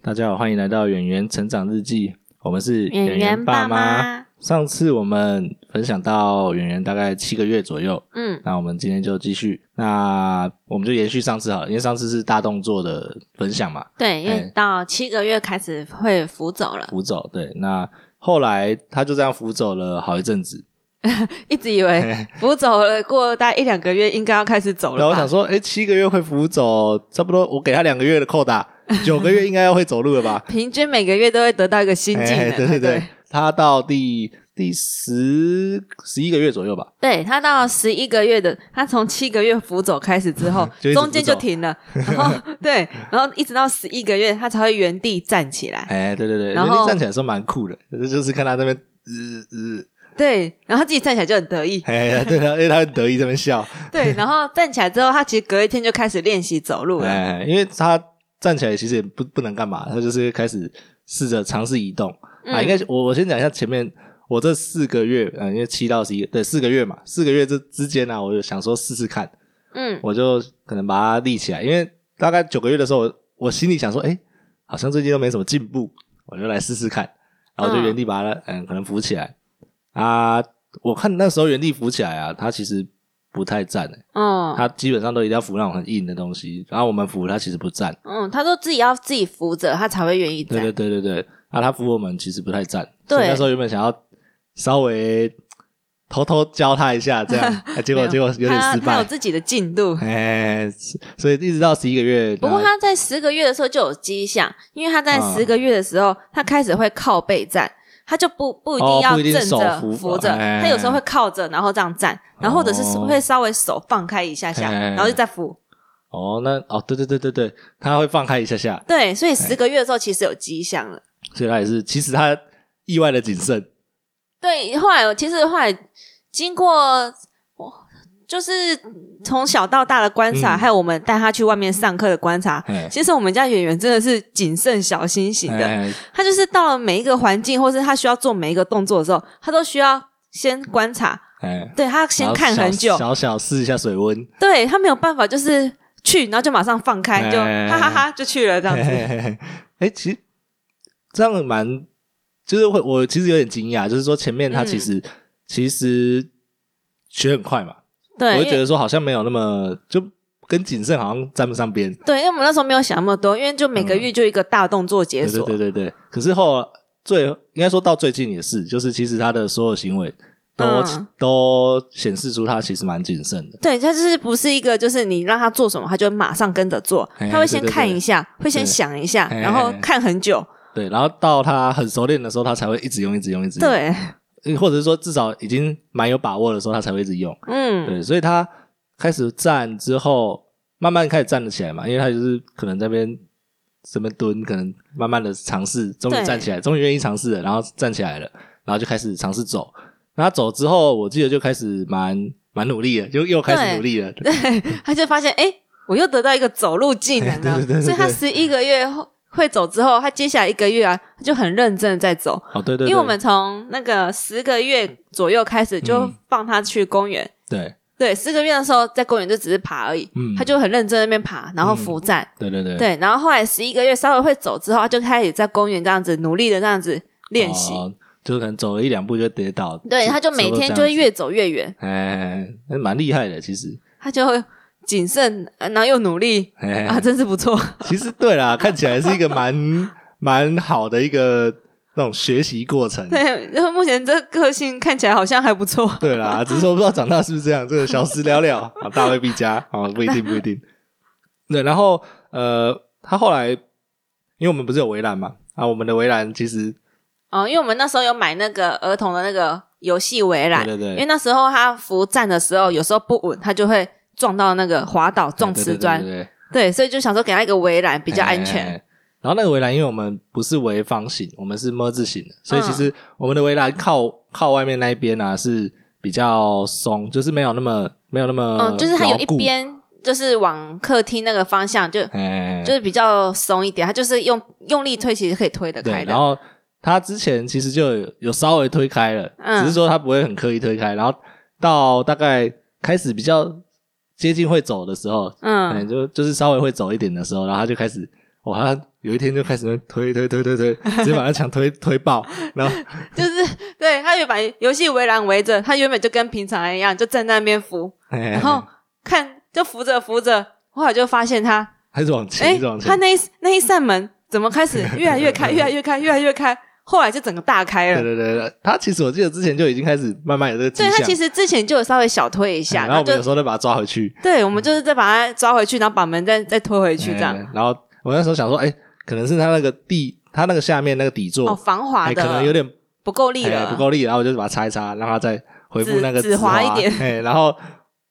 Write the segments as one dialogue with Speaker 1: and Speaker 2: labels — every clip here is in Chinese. Speaker 1: 大家好，欢迎来到演员成长日记，我们是
Speaker 2: 演员爸
Speaker 1: 妈。
Speaker 2: 妈，
Speaker 1: 上次我们分享到演员大概七个月左右，
Speaker 2: 嗯，
Speaker 1: 那我们今天就继续，那我们就延续上次好了，因为上次是大动作的分享嘛，
Speaker 2: 对，因
Speaker 1: 哎
Speaker 2: 为到七个月开始会浮走了，
Speaker 1: 扶走，对，那后来他就这样扶走了好一阵子，
Speaker 2: 一直以 为浮走了，过大概一两个月应该要开始走
Speaker 1: 然后
Speaker 2: 了
Speaker 1: 我想
Speaker 2: 吧？
Speaker 1: 说，哎，七个月会扶走，差不多我给他两个月的扣打，九个月应该要会走路了吧？
Speaker 2: 平均每个月都会得到一个新技
Speaker 1: 哎
Speaker 2: 能，啊
Speaker 1: 对对
Speaker 2: 对
Speaker 1: 对，他到第第十十一个月左右吧，
Speaker 2: 对他到十一个月的，他从七个月浮走开始之后
Speaker 1: 就一直，
Speaker 2: 中间
Speaker 1: 浮走
Speaker 2: 就停了，然 后对，然后一直到十一个月，他才会原地站起来。
Speaker 1: 哎，对对对，
Speaker 2: 然
Speaker 1: 人
Speaker 2: 后
Speaker 1: 家站起来的时候蛮酷的，就是看他那边，呃。
Speaker 2: 对，然后自己站起来就很得意
Speaker 1: 呃，哎，对他，因为他很得意这边 笑，
Speaker 2: 对，然后站起来之后，他其实隔一天就开始练习走路了。
Speaker 1: 哎，因为他站起来其实也不不能干嘛，他就是开始试着尝试移动、啊。
Speaker 2: 嗯
Speaker 1: 应该是我我先讲一下前面我这四个月，呃，因为七到十一对四个月嘛，四个月这之间呢、啊我就想说试试看，
Speaker 2: 嗯，
Speaker 1: 我就可能把它立起来，因为大概九个月的时候，我我心里想说，哎、好像最近都没什么进步，我就来试试看，然后我就
Speaker 2: 嗯
Speaker 1: 原地把它嗯可能扶起来啊。我看那时候原地扶起来啊，它其实不太站、欸，
Speaker 2: 哦，
Speaker 1: 它基本上都一定要扶那种很硬的东西，然后我们扶它其实不站。
Speaker 2: 嗯，他说自己要自己扶着，他才会愿意
Speaker 1: 对对
Speaker 2: 站。
Speaker 1: 对对对，啊，他扶我们其实不太站，
Speaker 2: 对
Speaker 1: 所以那时候原本想要稍微偷偷教他一下，这 样，哎结
Speaker 2: 没
Speaker 1: 果结果有点
Speaker 2: 他
Speaker 1: 失
Speaker 2: 他有
Speaker 1: 败，
Speaker 2: 自己的进度。
Speaker 1: 哎，所以一直到十一个月，
Speaker 2: 不过
Speaker 1: 然后
Speaker 2: 他在十个月的时候就有迹象，因为他在
Speaker 1: 嗯
Speaker 2: 十个月的时候，他开始会靠背站，他就不不一定
Speaker 1: 哦
Speaker 2: 要
Speaker 1: 不一定
Speaker 2: 正
Speaker 1: 手
Speaker 2: 着
Speaker 1: 扶
Speaker 2: 扶着，
Speaker 1: 哎
Speaker 2: 他有时候会靠着，然后这样站，然后或者是
Speaker 1: 哦
Speaker 2: 会稍微手放开一下下，
Speaker 1: 哎
Speaker 2: 然后就再扶。
Speaker 1: 哦，那哦，对对对对对，他会放开一下下，
Speaker 2: 对，所以十个月的时候其实有迹象了。
Speaker 1: 所以他也是，其实他意外的谨慎，
Speaker 2: 对，后来我其实后来经过我就是从小到大的观察，
Speaker 1: 嗯
Speaker 2: 还有我们带他去外面上课的观察，
Speaker 1: 哎，
Speaker 2: 其实我们家圆圆真的是谨慎小心型的，
Speaker 1: 哎
Speaker 2: 他就是到了每一个环境，或是他需要做每一个动作的时候，他都需要先观察，
Speaker 1: 哎，
Speaker 2: 对他先看
Speaker 1: 然后
Speaker 2: 很久
Speaker 1: 小，小小试一下水温，
Speaker 2: 对他没有办法就是去，然后就马上放开，就
Speaker 1: 哎
Speaker 2: 哈哈哈就去了这样
Speaker 1: 嘿
Speaker 2: 子。
Speaker 1: 嘿嘿嘿哎，其实这样蛮，就是会我其实有点惊讶，就是说前面
Speaker 2: 嗯
Speaker 1: 他其实、其实学很快嘛，我
Speaker 2: 对，
Speaker 1: 会
Speaker 2: 因
Speaker 1: 觉
Speaker 2: 为
Speaker 1: 得说好像没有那么就跟谨慎好像沾不上边，
Speaker 2: 对，因为我们那时候没有想那么多，因为就每个月就一个大动作解
Speaker 1: 对
Speaker 2: 锁
Speaker 1: 对，对对对。可是后最应该说到最近也是，就是其实他的所有行为都、
Speaker 2: 嗯
Speaker 1: 都显示出他其实蛮谨慎的。
Speaker 2: 对，他就是不是一个，就是你让他做什么，他就马上跟着做
Speaker 1: 哎，
Speaker 2: 他会
Speaker 1: 对
Speaker 2: 先
Speaker 1: 对对
Speaker 2: 看一下，会先
Speaker 1: 对
Speaker 2: 想一下，
Speaker 1: 哎
Speaker 2: 然后看很久。
Speaker 1: 对，然后到他很熟练的时候，他才会一直用，一直用，一直用。
Speaker 2: 对，
Speaker 1: 对，或者是说至少已经蛮有把握的时候，他才会一直用。
Speaker 2: 嗯，
Speaker 1: 对，所以他开始站之后，慢慢开始站了起来嘛，因为他就是可能在那边这边蹲，可能慢慢的尝试，终于
Speaker 2: 对
Speaker 1: 站起来，终于愿意尝试了，然后站起来了，然后就开始尝试走。那他走之后，我记得就开始蛮蛮努力了，就又开始
Speaker 2: 对
Speaker 1: 努力了。对
Speaker 2: 他就发现，哎，我又得到一个走路技能
Speaker 1: 哎对对对对
Speaker 2: 了。所以他
Speaker 1: 对
Speaker 2: 十一个月后会走之后，他接下来一个月啊，他就很认真的在走。
Speaker 1: 哦，对对对，
Speaker 2: 因为我们从那个十个月左右开始，就
Speaker 1: 嗯
Speaker 2: 放他去公园。
Speaker 1: 对
Speaker 2: 对，四个月的时候在公园就只是爬而已，
Speaker 1: 嗯
Speaker 2: 他就很认真在那边爬，然后扶站。
Speaker 1: 对对对
Speaker 2: 对，然后后来十一个月稍微会走之后，他就开始在公园这样子努力的这样子练习。
Speaker 1: 哦就可能走了一两步就跌倒。
Speaker 2: 对，他就每天就会
Speaker 1: 越
Speaker 2: 越走越远，
Speaker 1: 哎，那蛮厉害的其实。
Speaker 2: 他就会谨慎，呃然后又努力
Speaker 1: 哎
Speaker 2: 啊，真是不错。
Speaker 1: 其实对啦， 看起来是一个蛮蛮好的一个那种学习过程。
Speaker 2: 对，然后目前这个性看起来好像还不错。
Speaker 1: 对啦，只是我不知道长大是不是这样，这个小时了了 啊，大未必佳啊，不一定不一定。对，然后呃，他后来，因为我们不是有围栏嘛，啊，我们的围栏其实
Speaker 2: 哦，因为我们那时候有买那个儿童的那个游戏围栏，
Speaker 1: 对对对
Speaker 2: 因为那时候他扶站的时候有时候不稳，他就会撞到那个滑倒撞瓷砖，
Speaker 1: 对对对对对
Speaker 2: 对，所以就想说给他一个围栏比较安全。
Speaker 1: 哎哎哎然后那个围栏，因为我们不是围方形，我们是么字形的，
Speaker 2: 嗯
Speaker 1: 所以其实我们的围栏靠靠外面那一边啊是比较松，就是没有那么没有那么
Speaker 2: 嗯，就是它有
Speaker 1: 牢
Speaker 2: 一
Speaker 1: 固，
Speaker 2: 边就是往客厅那个方向，就
Speaker 1: 哎哎，哎
Speaker 2: 就是比较松一点，它就是用用力推，其实可以推得
Speaker 1: 对，
Speaker 2: 开
Speaker 1: 然
Speaker 2: 的。
Speaker 1: 后他之前其实就有有稍微推开了，
Speaker 2: 嗯
Speaker 1: 只是说他不会很刻意推开，然后到大概开始比较接近会走的时候，
Speaker 2: 嗯，
Speaker 1: 嗯，就就是稍微会走一点的时候，然后他就开始，哇，他有一天就开始推推推推推，直接把那墙推推爆，然后
Speaker 2: 就是 对他就把游戏围栏围着，他原本就跟平常人一样，就站在那边扶，
Speaker 1: 然
Speaker 2: 然后看就扶着扶着，后来就发现他，
Speaker 1: 还是往前，
Speaker 2: 哎
Speaker 1: 一直往，前
Speaker 2: 他，那一那一扇门怎么 开始越来越开，越来越开，越来越开，后来就整个大
Speaker 1: 对
Speaker 2: 开了。
Speaker 1: 对对，对他其实我记得之前就已经开始慢慢有这个迹
Speaker 2: 对
Speaker 1: 象，
Speaker 2: 他其实之前就有稍微小推一
Speaker 1: 嗯
Speaker 2: 下，
Speaker 1: 然后我
Speaker 2: 就
Speaker 1: 们有时候再把他抓回去，
Speaker 2: 对，我们就是再把它抓回去，然后把门再再推回去这样。
Speaker 1: 嗯然后我那时候想说，哎，可能是他那个地，他那个下面那个底座
Speaker 2: 哦，，防滑
Speaker 1: 哎，
Speaker 2: 的
Speaker 1: 可能有点
Speaker 2: 不够力
Speaker 1: 哎
Speaker 2: 了，
Speaker 1: 不够力，然后我就把它擦一擦，让它再恢复
Speaker 2: 止
Speaker 1: 那个
Speaker 2: 止
Speaker 1: 止
Speaker 2: 滑一点
Speaker 1: 哎，然后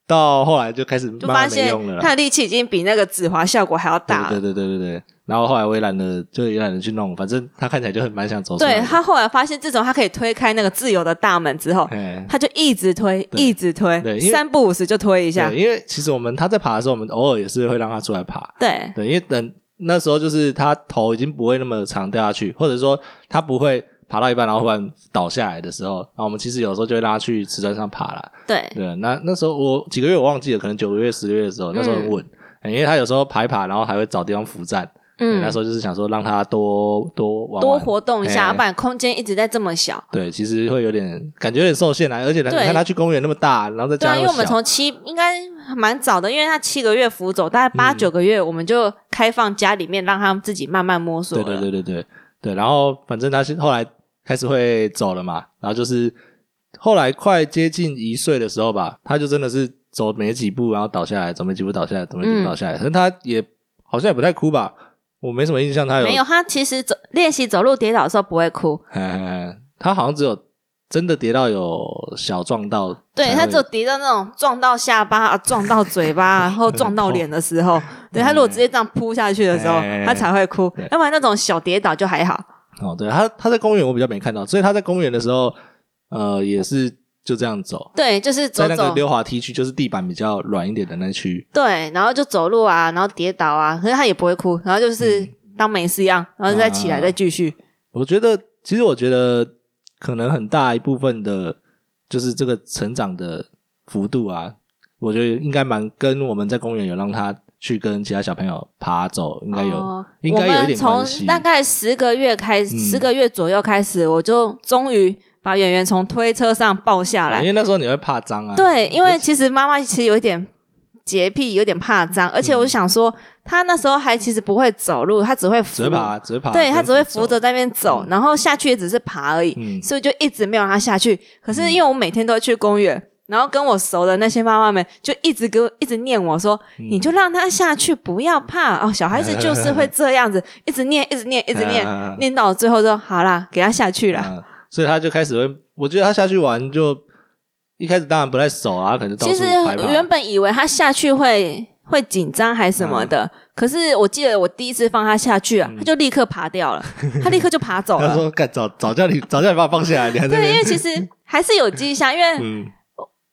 Speaker 1: 到后来就开始慢
Speaker 2: 就发
Speaker 1: 慢没
Speaker 2: 现
Speaker 1: 用了啦，
Speaker 2: 它的力气已经比那个止滑效果还要大
Speaker 1: 对
Speaker 2: 了。
Speaker 1: 对对对对对。然后后来我也懒得，就也懒得去弄，反正他看起来就很蛮想走出来
Speaker 2: 对
Speaker 1: 的。
Speaker 2: 他后来发现，自从他可以推开那个自由的大门之后，
Speaker 1: 哎，
Speaker 2: 他就一直推，
Speaker 1: 对
Speaker 2: 一直推
Speaker 1: 对，因为
Speaker 2: 三不五时就推一下
Speaker 1: 对，。因为其实我们他在爬的时候，我们偶尔也是会让他出来爬。
Speaker 2: 对，
Speaker 1: 对，因为等那时候就是他头已经不会那么长掉下去，或者说他不会爬到一半然后忽然倒下来的时候，然后我们其实有时候就会拉他去瓷砖上爬啦。
Speaker 2: 对，
Speaker 1: 对，那那时候我几个月我忘记了，可能九个月、十个月的时候，那时候
Speaker 2: 嗯
Speaker 1: 很稳。哎因为他有时候爬一爬，然后还会找地方扶站。嗯，那
Speaker 2: 嗯
Speaker 1: 时，候就是想说让他多多玩玩
Speaker 2: 多活动一下，
Speaker 1: 哎
Speaker 2: 要不然空间一直在这么小。
Speaker 1: 对，其实会有点感觉有点受限啊啦，而且你
Speaker 2: 对
Speaker 1: 看他去公园那么大，然后再
Speaker 2: 对
Speaker 1: 加
Speaker 2: 啊，因
Speaker 1: 上
Speaker 2: 为我们从七应该蛮早的，因为他七个月扶走，
Speaker 1: 嗯
Speaker 2: 大概八九个月，我们就开放家里面让他们自己慢慢摸索
Speaker 1: 对
Speaker 2: 了。
Speaker 1: 对对对对对，然后反正他是后来开始会走了嘛，然后就是后来快接近一岁的时候吧，他就真的是走没几步，然后倒下来，走没几步倒下来，走没几步
Speaker 2: 嗯
Speaker 1: 倒下来，可是他也好像也不太哭吧，我没什么印象，他有
Speaker 2: 没有，他其实走练习走路跌倒的时候不会哭，
Speaker 1: 呃，他好像只有真的跌到有小撞到才会，
Speaker 2: 对他只有跌到那种撞到下巴、 啊、撞到嘴巴，然后撞到脸的 时候，对他如果直接这样扑下去的时候，
Speaker 1: 嗯哎
Speaker 2: 他才会哭
Speaker 1: 对，
Speaker 2: 要不然那种小跌倒就还好。
Speaker 1: 哦，对他他在公园我比较没看到，所以他在公园的时候，呃，也是就这样走。
Speaker 2: 对，就是走
Speaker 1: 在那个
Speaker 2: 走，
Speaker 1: 溜滑梯区，就是地板比较软一点的那区。
Speaker 2: 对，然后就走路啊，然后跌倒啊，可是他也不会哭，然后就是当没事一样，然后再起来
Speaker 1: 嗯啊
Speaker 2: 再继续。
Speaker 1: 我觉得，其实我觉得，可能很大一部分的，就是这个成长的幅度啊，我觉得应该蛮跟我们在公园有让他去跟其他小朋友爬走，应该有，
Speaker 2: 哦
Speaker 1: 应该有一点
Speaker 2: 我
Speaker 1: 关
Speaker 2: 们
Speaker 1: 系
Speaker 2: 从。大概十个月开，
Speaker 1: 嗯
Speaker 2: 十个月左右开始，我就终于把圆圆从推车上抱下来
Speaker 1: 因。为那时候你会怕脏啊，
Speaker 2: 对，因为
Speaker 1: 而且
Speaker 2: 其实妈妈其实有一点洁癖，有点怕脏，而且
Speaker 1: 嗯
Speaker 2: 我想说，她那时候还其实不会走路，她只会扶
Speaker 1: 只会，爬，只会爬，
Speaker 2: 对，她只会
Speaker 1: 走
Speaker 2: 扶。着在那边走，然后下去也只是爬而已，
Speaker 1: 嗯
Speaker 2: 所以就一直没有让她下去。可是因为我每天都会去公园。然后跟我熟的那些妈妈们就一直给我一直念我说，
Speaker 1: 嗯
Speaker 2: 你就让她下去，不要怕哦，小孩子就是会这 样子，一直念，一直念，一直念，
Speaker 1: 啊
Speaker 2: 念到最后说好啦，给她下去啦。
Speaker 1: 嗯，所以他就开始会，我觉得他下去玩就一开始当然不太熟啊，可能到
Speaker 2: 其
Speaker 1: 处
Speaker 2: 实
Speaker 1: 拍拍
Speaker 2: 原本以为他下去会会紧张还是什么
Speaker 1: 啊
Speaker 2: 的，可是我记得我第一次放他下去啊，他就立刻爬掉了，他立刻就爬走
Speaker 1: 嗯 他
Speaker 2: 了。
Speaker 1: 说：“干早早叫你早叫你把我放下来，你还在那
Speaker 2: 对，因
Speaker 1: 边
Speaker 2: 为其 实还是有迹象，因为嗯、
Speaker 1: 嗯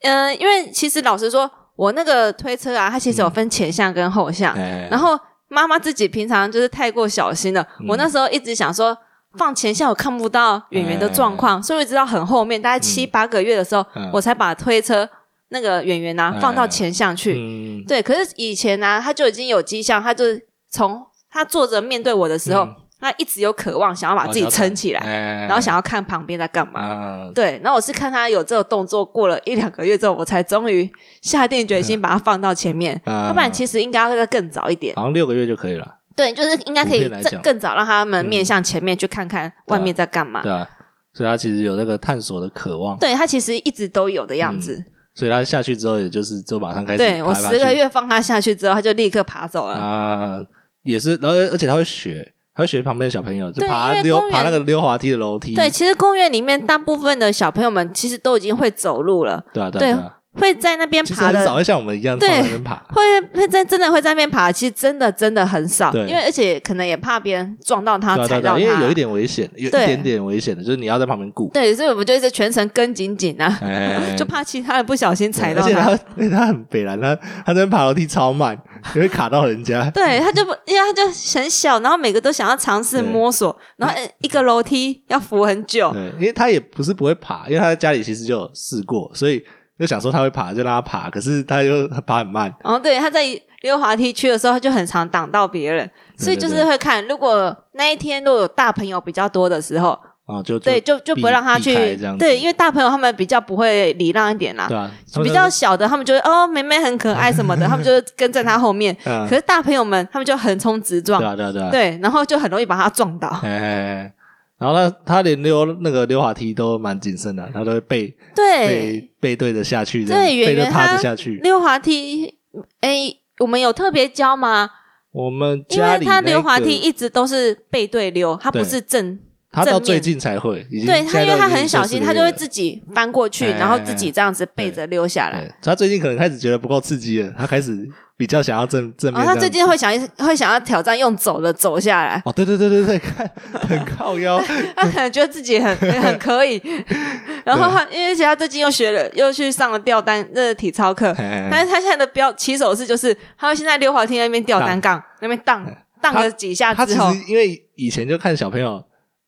Speaker 2: 呃因为其实老实说，我那个推车啊，它其实有分前向跟后向，
Speaker 1: 嗯哎
Speaker 2: 然后妈妈自己平常就是太过小心了，
Speaker 1: 嗯
Speaker 2: 我那时候一直想说。放前向我看不到演员的状况，所以我直到很后面，大概七八个月的时候，
Speaker 1: 哎嗯
Speaker 2: 我才把推车那个演员啊、
Speaker 1: 哎
Speaker 2: 放到前向去。
Speaker 1: 嗯
Speaker 2: 对，可是以前呢、他就已经有迹象，他就是从他坐着面对我的时候，
Speaker 1: 嗯哦
Speaker 2: 他一直有渴望想要把自己撑起来，
Speaker 1: 来
Speaker 2: 然后想要看旁边在干嘛。
Speaker 1: 哎啊，
Speaker 2: 对，然后我是看他有这个动作，过了一两个月之后，我才终于下定决
Speaker 1: 嗯
Speaker 2: 心把它放到前面。
Speaker 1: 啊
Speaker 2: 要不然其实应该要再更早一点，
Speaker 1: 好像六个月就可以了，
Speaker 2: 对，就是应该可以
Speaker 1: 嗯普遍来
Speaker 2: 再
Speaker 1: 讲嗯啊
Speaker 2: 更早让他们面向前面去看看外面在干嘛。
Speaker 1: 对啊，所以他其实有那个探索的渴望，
Speaker 2: 对他其实一直都有的样子。
Speaker 1: 所以他下去之后，也就是就马嗯上开始
Speaker 2: 对我
Speaker 1: 爬来爬
Speaker 2: 十个
Speaker 1: 去
Speaker 2: 月放他下去之后，他就立刻爬走了。
Speaker 1: 啊，也是，然后而且他会学，他会学旁边的小朋友，就
Speaker 2: 对因
Speaker 1: 爬
Speaker 2: 为
Speaker 1: 溜
Speaker 2: 公园
Speaker 1: 爬那个溜滑梯的楼梯，
Speaker 2: 对，其实公园里面大部分的小朋友们其实都已经会走路了，
Speaker 1: 对啊对啊对
Speaker 2: 对
Speaker 1: 啊，
Speaker 2: 会在那边
Speaker 1: 其实
Speaker 2: 爬
Speaker 1: 很
Speaker 2: 的
Speaker 1: 少，会像我们一样
Speaker 2: 对
Speaker 1: 在那边爬，
Speaker 2: 会会在真的会在那边爬，其实真的真的很少，
Speaker 1: 对
Speaker 2: 因为而且可能也怕别人撞到他、
Speaker 1: 对啊对
Speaker 2: 踩
Speaker 1: 啊对
Speaker 2: 到
Speaker 1: 啊，
Speaker 2: 他，
Speaker 1: 因为有一点危险，有一
Speaker 2: 对
Speaker 1: 点点危险的，就是你要在旁边顾，
Speaker 2: 对，所以我们就一直全程跟紧紧啊，
Speaker 1: 哎
Speaker 2: 就怕其他人不小心踩到
Speaker 1: 而且
Speaker 2: 他。
Speaker 1: 他，而且他很北蓝，他他在那边爬楼梯超慢，也会卡到人家。
Speaker 2: 对，他就不，因为他就很小，然后每个都想要尝试
Speaker 1: 对
Speaker 2: 摸索，然后呃一个楼梯要扶很久，
Speaker 1: 对，因为他也不是不会爬，因为他在家里其实就有试过，所以就想说他会爬，就让他爬，可是他又爬很慢，
Speaker 2: 然后对他在溜滑梯区的时候，他就很常挡到别人，所以就是会看，如果那一天如果有大朋友比较多的时候，
Speaker 1: 啊，就就
Speaker 2: 对，就就
Speaker 1: 避
Speaker 2: 不会让他
Speaker 1: 避
Speaker 2: 去
Speaker 1: 开这样，子
Speaker 2: 对，因为大朋友他们比较不会礼让一点啦
Speaker 1: 对，啊，他们
Speaker 2: 比较小的他们觉得哦妹妹很可爱 什么的，他们就跟在他后面，
Speaker 1: 嗯，
Speaker 2: 可是大朋友们他们就横冲直撞
Speaker 1: 对，啊，对啊，对啊，
Speaker 2: 对，然后就很容易把他撞倒，
Speaker 1: 哎哎哎，然后他他连溜那个溜滑梯都蛮谨慎的，他都会背
Speaker 2: 对，
Speaker 1: 背背对着下去这样，
Speaker 2: 对
Speaker 1: 背
Speaker 2: 圆
Speaker 1: 着
Speaker 2: 圆
Speaker 1: 趴着
Speaker 2: 他
Speaker 1: 下去。
Speaker 2: 溜滑梯，哎，我们有特别教吗？
Speaker 1: 我们
Speaker 2: 因
Speaker 1: 家
Speaker 2: 为
Speaker 1: 里
Speaker 2: 他
Speaker 1: 那
Speaker 2: 溜滑
Speaker 1: 个
Speaker 2: 梯一直都是背对溜，他不
Speaker 1: 对
Speaker 2: 是正
Speaker 1: 他到
Speaker 2: 正面
Speaker 1: 最近才会，已经
Speaker 2: 对
Speaker 1: 现
Speaker 2: 他，
Speaker 1: 在
Speaker 2: 因为
Speaker 1: 都
Speaker 2: 他
Speaker 1: 已经
Speaker 2: 很小心，
Speaker 1: 14
Speaker 2: 他就会
Speaker 1: 月了
Speaker 2: 自己翻过去，
Speaker 1: 哎
Speaker 2: 然后自己这样子背着溜下来。
Speaker 1: 对他最近可能开始觉得不够刺激了，他开始比较想要正正
Speaker 2: 然
Speaker 1: 面
Speaker 2: 后
Speaker 1: 哎这样。
Speaker 2: 哦他最近会想会想要挑战用走的走下来，
Speaker 1: 哦，对对对对对，看很靠腰，
Speaker 2: 他可能觉得自己很很可以。 然后他，因为而且他最近又学了，又去上了吊单那个体操课，但
Speaker 1: 哎
Speaker 2: 是他现在的标起手式就是，他会先在溜滑梯那边吊单杠，那边荡荡
Speaker 1: 他
Speaker 2: 个几下
Speaker 1: 嗯他其
Speaker 2: 之
Speaker 1: 实
Speaker 2: 后，
Speaker 1: 因为以前就看小朋友，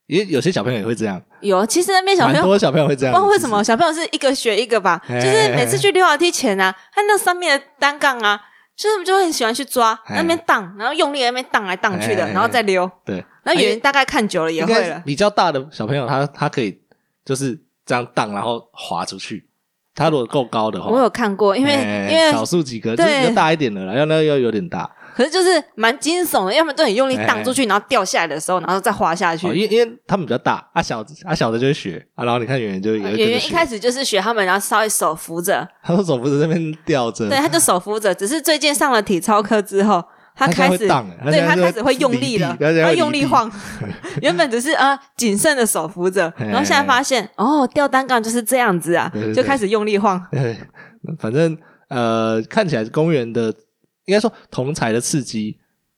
Speaker 1: 也有些小朋友也会这样，
Speaker 2: 有其实那边小朋
Speaker 1: 蛮
Speaker 2: 友
Speaker 1: 多小朋友会这
Speaker 2: 不
Speaker 1: 样，
Speaker 2: 知道为
Speaker 1: 其
Speaker 2: 什
Speaker 1: 实
Speaker 2: 么小朋友是一个学一个吧，
Speaker 1: 哎
Speaker 2: 就是每次去溜滑梯前啊，他那上面的单杠啊，就是他们就会很喜欢去抓，
Speaker 1: 哎
Speaker 2: 那边荡，然后用力在那边荡来荡去的
Speaker 1: 哎，
Speaker 2: 然后再溜。
Speaker 1: 对，
Speaker 2: 那演员大概看久了也
Speaker 1: 哎应
Speaker 2: 会
Speaker 1: 该
Speaker 2: 了，
Speaker 1: 比较大的小朋友他他可以就是这样荡，然后滑出去，他如果够高的话，
Speaker 2: 我有看过，因为
Speaker 1: 哎
Speaker 2: 因为
Speaker 1: 少数几个就是
Speaker 2: 对
Speaker 1: 比较大一点的了，要那要有点大，
Speaker 2: 可是就是蛮惊悚的，要么就很用力
Speaker 1: 哎
Speaker 2: 荡出去，然后掉下来的时候，然后再滑下去
Speaker 1: 哦，。因为因为他们比较大，啊小啊小的就会学啊，然后你看圆圆就也会跟
Speaker 2: 演
Speaker 1: 着
Speaker 2: 呃员一
Speaker 1: 学，
Speaker 2: 开始就是学他们，然后稍微手扶着，
Speaker 1: 他说总不是在那边吊着，
Speaker 2: 对，他就手扶着。只是最近上了体操课之后，他
Speaker 1: 现在
Speaker 2: 开
Speaker 1: 会
Speaker 2: 始
Speaker 1: 荡了，
Speaker 2: 对
Speaker 1: 现
Speaker 2: 他
Speaker 1: 在
Speaker 2: 开始会用
Speaker 1: 离
Speaker 2: 力
Speaker 1: 地
Speaker 2: 了，
Speaker 1: 他现在
Speaker 2: 他
Speaker 1: 会
Speaker 2: 用
Speaker 1: 离
Speaker 2: 力
Speaker 1: 地
Speaker 2: 晃。原本只是啊谨慎的手扶着，
Speaker 1: 嘿
Speaker 2: 然后现在发现哦吊单杠就是这样子啊
Speaker 1: 对对，对
Speaker 2: 就开始用力晃。
Speaker 1: 对， 反正呃，看起来公园的应该说同才的刺激，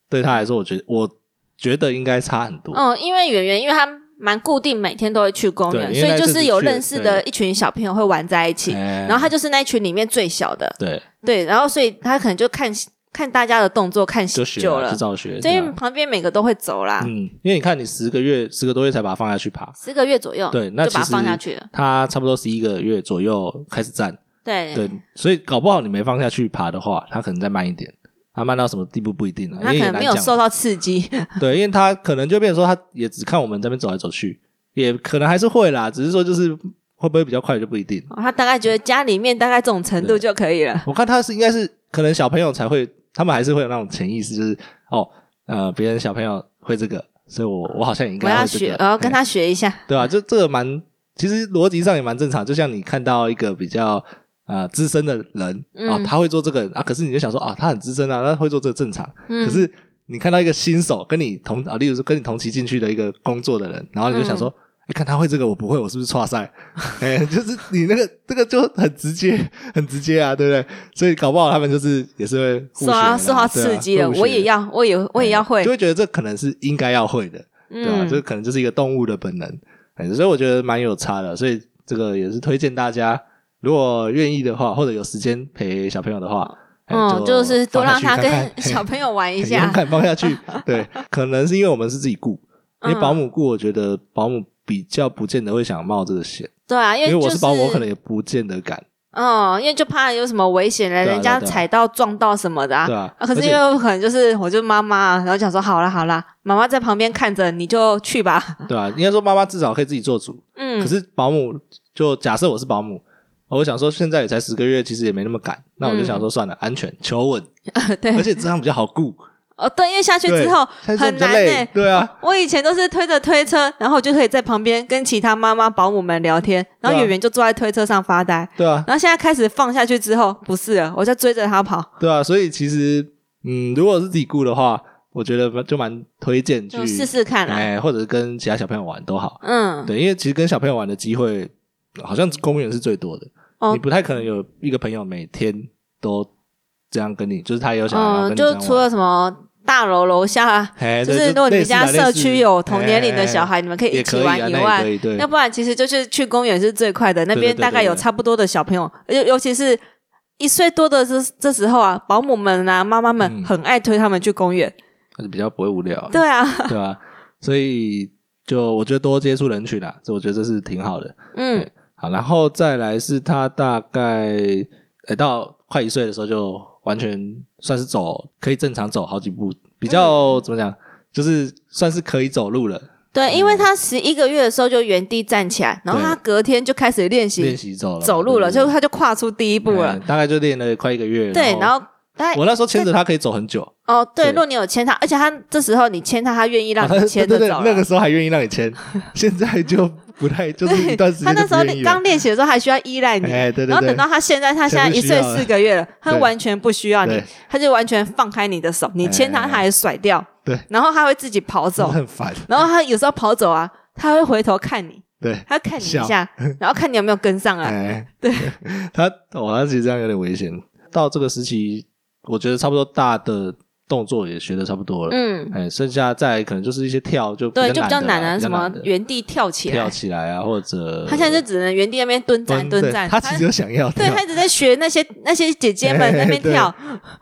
Speaker 1: 对他来说，我觉得我觉得应该差很多。
Speaker 2: 嗯，因为圆圆因为他蛮固定每天都会去公园，
Speaker 1: 对因为
Speaker 2: 所以
Speaker 1: 那
Speaker 2: 就
Speaker 1: 阵
Speaker 2: 是
Speaker 1: 子
Speaker 2: 有
Speaker 1: 去
Speaker 2: 认识的一群小朋友会玩在一起，
Speaker 1: 哎
Speaker 2: 然后他就是那一群里面最小的，
Speaker 1: 对，
Speaker 2: 对，然后所以他可能就看看大家的动作看
Speaker 1: 就学
Speaker 2: 久
Speaker 1: 啊
Speaker 2: 了
Speaker 1: 就，照学，
Speaker 2: 所
Speaker 1: 对
Speaker 2: 以啊
Speaker 1: 啊
Speaker 2: 旁边每个都会走啦，
Speaker 1: 嗯，因为你看你十个月、十个多月才把它放下去爬，
Speaker 2: 十个月左右，
Speaker 1: 对那
Speaker 2: 就把它
Speaker 1: 其实
Speaker 2: 放下去了，
Speaker 1: 它差不多十一个月左右开始站，
Speaker 2: 对
Speaker 1: 对，所以搞不好你没放下去爬的话，它可能再慢一点。它慢到什么地步不一定啊，因为
Speaker 2: 他可
Speaker 1: 也
Speaker 2: 能
Speaker 1: 难
Speaker 2: 没有
Speaker 1: 讲
Speaker 2: 受到刺激，
Speaker 1: 对，因为他可能就变成说，他也只看我们这边走来走去，也可能还是会啦，只是说就是会不会比较快就不一定。
Speaker 2: 哦他大概觉得家里面大概这种程度就可以了。
Speaker 1: 我看他是应该是可能小朋友才会，他们还是会有那种潜意识，就是哦，呃，别人小朋友会这个，所以我我好像也应
Speaker 2: 我
Speaker 1: 该
Speaker 2: 要
Speaker 1: 会
Speaker 2: 学
Speaker 1: 这，
Speaker 2: 我
Speaker 1: 个，
Speaker 2: 要跟他学一下
Speaker 1: 嘿。对啊，就这个蛮，其实逻辑上也蛮正常。就像你看到一个比较呃资深的人啊、
Speaker 2: 嗯
Speaker 1: 他会做这个啊，可是你就想说啊，他很资深啊，他会做这个正常。
Speaker 2: 嗯，
Speaker 1: 可是你看到一个新手跟你同啊，例如说跟你同期进去的一个工作的人，然后你就想
Speaker 2: 嗯
Speaker 1: 说，你、看他会这个，我不会，我是不是差赛？ 哎、就是你那个这个就很直接，很直接啊，对不对？所以搞不好他们就是也是会互
Speaker 2: 受
Speaker 1: 学
Speaker 2: 到
Speaker 1: 啦
Speaker 2: 受到
Speaker 1: 对啊
Speaker 2: 刺激了，
Speaker 1: 互学
Speaker 2: 我也要，我也我也要会
Speaker 1: 哎就。会觉得这可能是应该要会的，对吧、这
Speaker 2: 嗯，
Speaker 1: 可能就是一个动物的本能，哎、所以我觉得蛮有差的，所以这个也是推荐大家。如果愿意的话，或者有时间陪小朋友的话，哎
Speaker 2: 嗯，就是多
Speaker 1: 放下
Speaker 2: 让
Speaker 1: 去
Speaker 2: 他
Speaker 1: 看看哎
Speaker 2: 跟
Speaker 1: 嘿
Speaker 2: 小朋友玩一
Speaker 1: 很勇
Speaker 2: 下。
Speaker 1: 敢放下 去。对，可能是因为我们是自己雇，因为保
Speaker 2: 嗯
Speaker 1: 姆雇，我觉得保姆比较不见得会想冒这个险，
Speaker 2: 对啊，因
Speaker 1: 因为
Speaker 2: 就
Speaker 1: 我
Speaker 2: 是
Speaker 1: 保姆，我可能也不见得敢，
Speaker 2: 嗯，因为就怕有什么危险了，
Speaker 1: 对啊
Speaker 2: 人家
Speaker 1: 对啊
Speaker 2: 踩到撞到什么的啊
Speaker 1: 对。吧、
Speaker 2: 啊可
Speaker 1: 而
Speaker 2: 是
Speaker 1: 且
Speaker 2: 因为可能就是我就妈妈啊，然后讲说好啦好啦，妈妈在旁边看着，你就去吧。
Speaker 1: 对吧、应该说妈妈至少可以自己做主，
Speaker 2: 嗯
Speaker 1: 可，是保姆就假设我是保姆。我想说，现在也才十个月，其实也没那么赶。那我就想
Speaker 2: 嗯
Speaker 1: 说，算了，安全求 稳，
Speaker 2: 对
Speaker 1: 而，且这样比较好 顾。
Speaker 2: 哦对，因为下去
Speaker 1: 对
Speaker 2: 之后
Speaker 1: 现在这样
Speaker 2: 很
Speaker 1: 比较
Speaker 2: 难欸
Speaker 1: 累
Speaker 2: 呢。，
Speaker 1: 对啊，
Speaker 2: 我以前都是推着推车，然后我就可以在旁边跟其他妈妈、保姆们聊天，然后
Speaker 1: 对啊
Speaker 2: 远远就坐在推车上发呆。
Speaker 1: 对啊，
Speaker 2: 然后现在开始放下去之后，不是了，我在追着他跑，
Speaker 1: 对啊。所以其实，嗯，如果是自己雇的话，我觉得就蛮推荐去
Speaker 2: 就试试看啊啦。
Speaker 1: 哎，或者是跟其他小朋友玩都好。
Speaker 2: 嗯，
Speaker 1: 对，因为其实跟小朋友玩的机会，好像公园是最多的。
Speaker 2: 哦
Speaker 1: 你不太可能有一个朋友每天都这样跟你，就是他也有想要
Speaker 2: 嗯，
Speaker 1: 跟你这样
Speaker 2: 就
Speaker 1: 玩。
Speaker 2: 除了什么大楼楼下，
Speaker 1: 哎，
Speaker 2: 就
Speaker 1: 对
Speaker 2: 是如果你们家社区有同年龄的
Speaker 1: 类
Speaker 2: 小，
Speaker 1: 似啊类似哎哎哎
Speaker 2: 孩，你们可
Speaker 1: 哎
Speaker 2: 以
Speaker 1: 也
Speaker 2: 一起
Speaker 1: 可以啊
Speaker 2: 玩以
Speaker 1: 那也
Speaker 2: 外
Speaker 1: 可，以对
Speaker 2: 要不然其实就是去公园是最快的，那
Speaker 1: 对
Speaker 2: 边
Speaker 1: 对
Speaker 2: 大概
Speaker 1: 对
Speaker 2: 有
Speaker 1: 对
Speaker 2: 差不多的小朋友，尤尤其是。一岁多的这这时候啊，保姆们啊、妈妈们
Speaker 1: 嗯
Speaker 2: 很爱推他们去公园。
Speaker 1: 还是比较不会无聊，
Speaker 2: 对啊，
Speaker 1: 对啊吧？所以就我觉得多接触人群啦，这我觉得这是挺好的。
Speaker 2: 嗯
Speaker 1: 对，好，然后再来是他大概呃到快一岁的时候就完全算是走可以正常走好几步，比
Speaker 2: 嗯
Speaker 1: 较、怎么讲，就是算是可以走路了，
Speaker 2: 对，因为他十一个月的时候就原地站起来，然后他隔天就开始练
Speaker 1: 练
Speaker 2: 习
Speaker 1: 习走了，
Speaker 2: 走路了，
Speaker 1: 对
Speaker 2: 就
Speaker 1: 对
Speaker 2: 他就跨出第一步
Speaker 1: 对
Speaker 2: 了
Speaker 1: 嗯。大概就练了快一个月。
Speaker 2: 对，然后他
Speaker 1: 我那时候牵着他可以走很久，
Speaker 2: 哦，对，
Speaker 1: 对
Speaker 2: 如果你有签他，而且他这时候你签他，他愿意让
Speaker 1: 啊他
Speaker 2: 你牵
Speaker 1: 对
Speaker 2: 着
Speaker 1: 对对
Speaker 2: 走了。
Speaker 1: 那个时候还愿意让你 牵，现在就不太，就是一段时
Speaker 2: 他
Speaker 1: 间就
Speaker 2: 那时
Speaker 1: 不
Speaker 2: 候
Speaker 1: 愿意
Speaker 2: 你
Speaker 1: 了
Speaker 2: 刚练习的时候还需要依赖你，
Speaker 1: 哎对对对
Speaker 2: 然后等到他现在，他现在一岁四个月了，他完全不需要你
Speaker 1: 对，
Speaker 2: 他就完全放开你的手，你牵他
Speaker 1: 哎
Speaker 2: 他还甩掉，
Speaker 1: 对，
Speaker 2: 然后他会自己跑
Speaker 1: 真的
Speaker 2: 走，
Speaker 1: 很烦，
Speaker 2: 然后他有时候跑走啊，他会回头看你，
Speaker 1: 对。
Speaker 2: 他看你一
Speaker 1: 笑
Speaker 2: 下，然后看你有没有跟上来，
Speaker 1: 哎，
Speaker 2: 啊对
Speaker 1: 他，哇，他其实这样有点危险。到这个时期，我觉得差不多大的动作也学的差不多了，
Speaker 2: 嗯，
Speaker 1: 哎，剩下再来可能就是一些跳就
Speaker 2: 对，就比较
Speaker 1: 较
Speaker 2: 难
Speaker 1: 的啦
Speaker 2: 啊，
Speaker 1: 比较
Speaker 2: 什么
Speaker 1: 的
Speaker 2: 原地跳起
Speaker 1: 跳
Speaker 2: 来，
Speaker 1: 起来啊，或者
Speaker 2: 他现在就只能原地那边蹲站蹲
Speaker 1: 对
Speaker 2: 站，
Speaker 1: 他其实有想要
Speaker 2: 对
Speaker 1: 跳
Speaker 2: 他一直在学那些那些姐姐们那边
Speaker 1: 哎对
Speaker 2: 跳，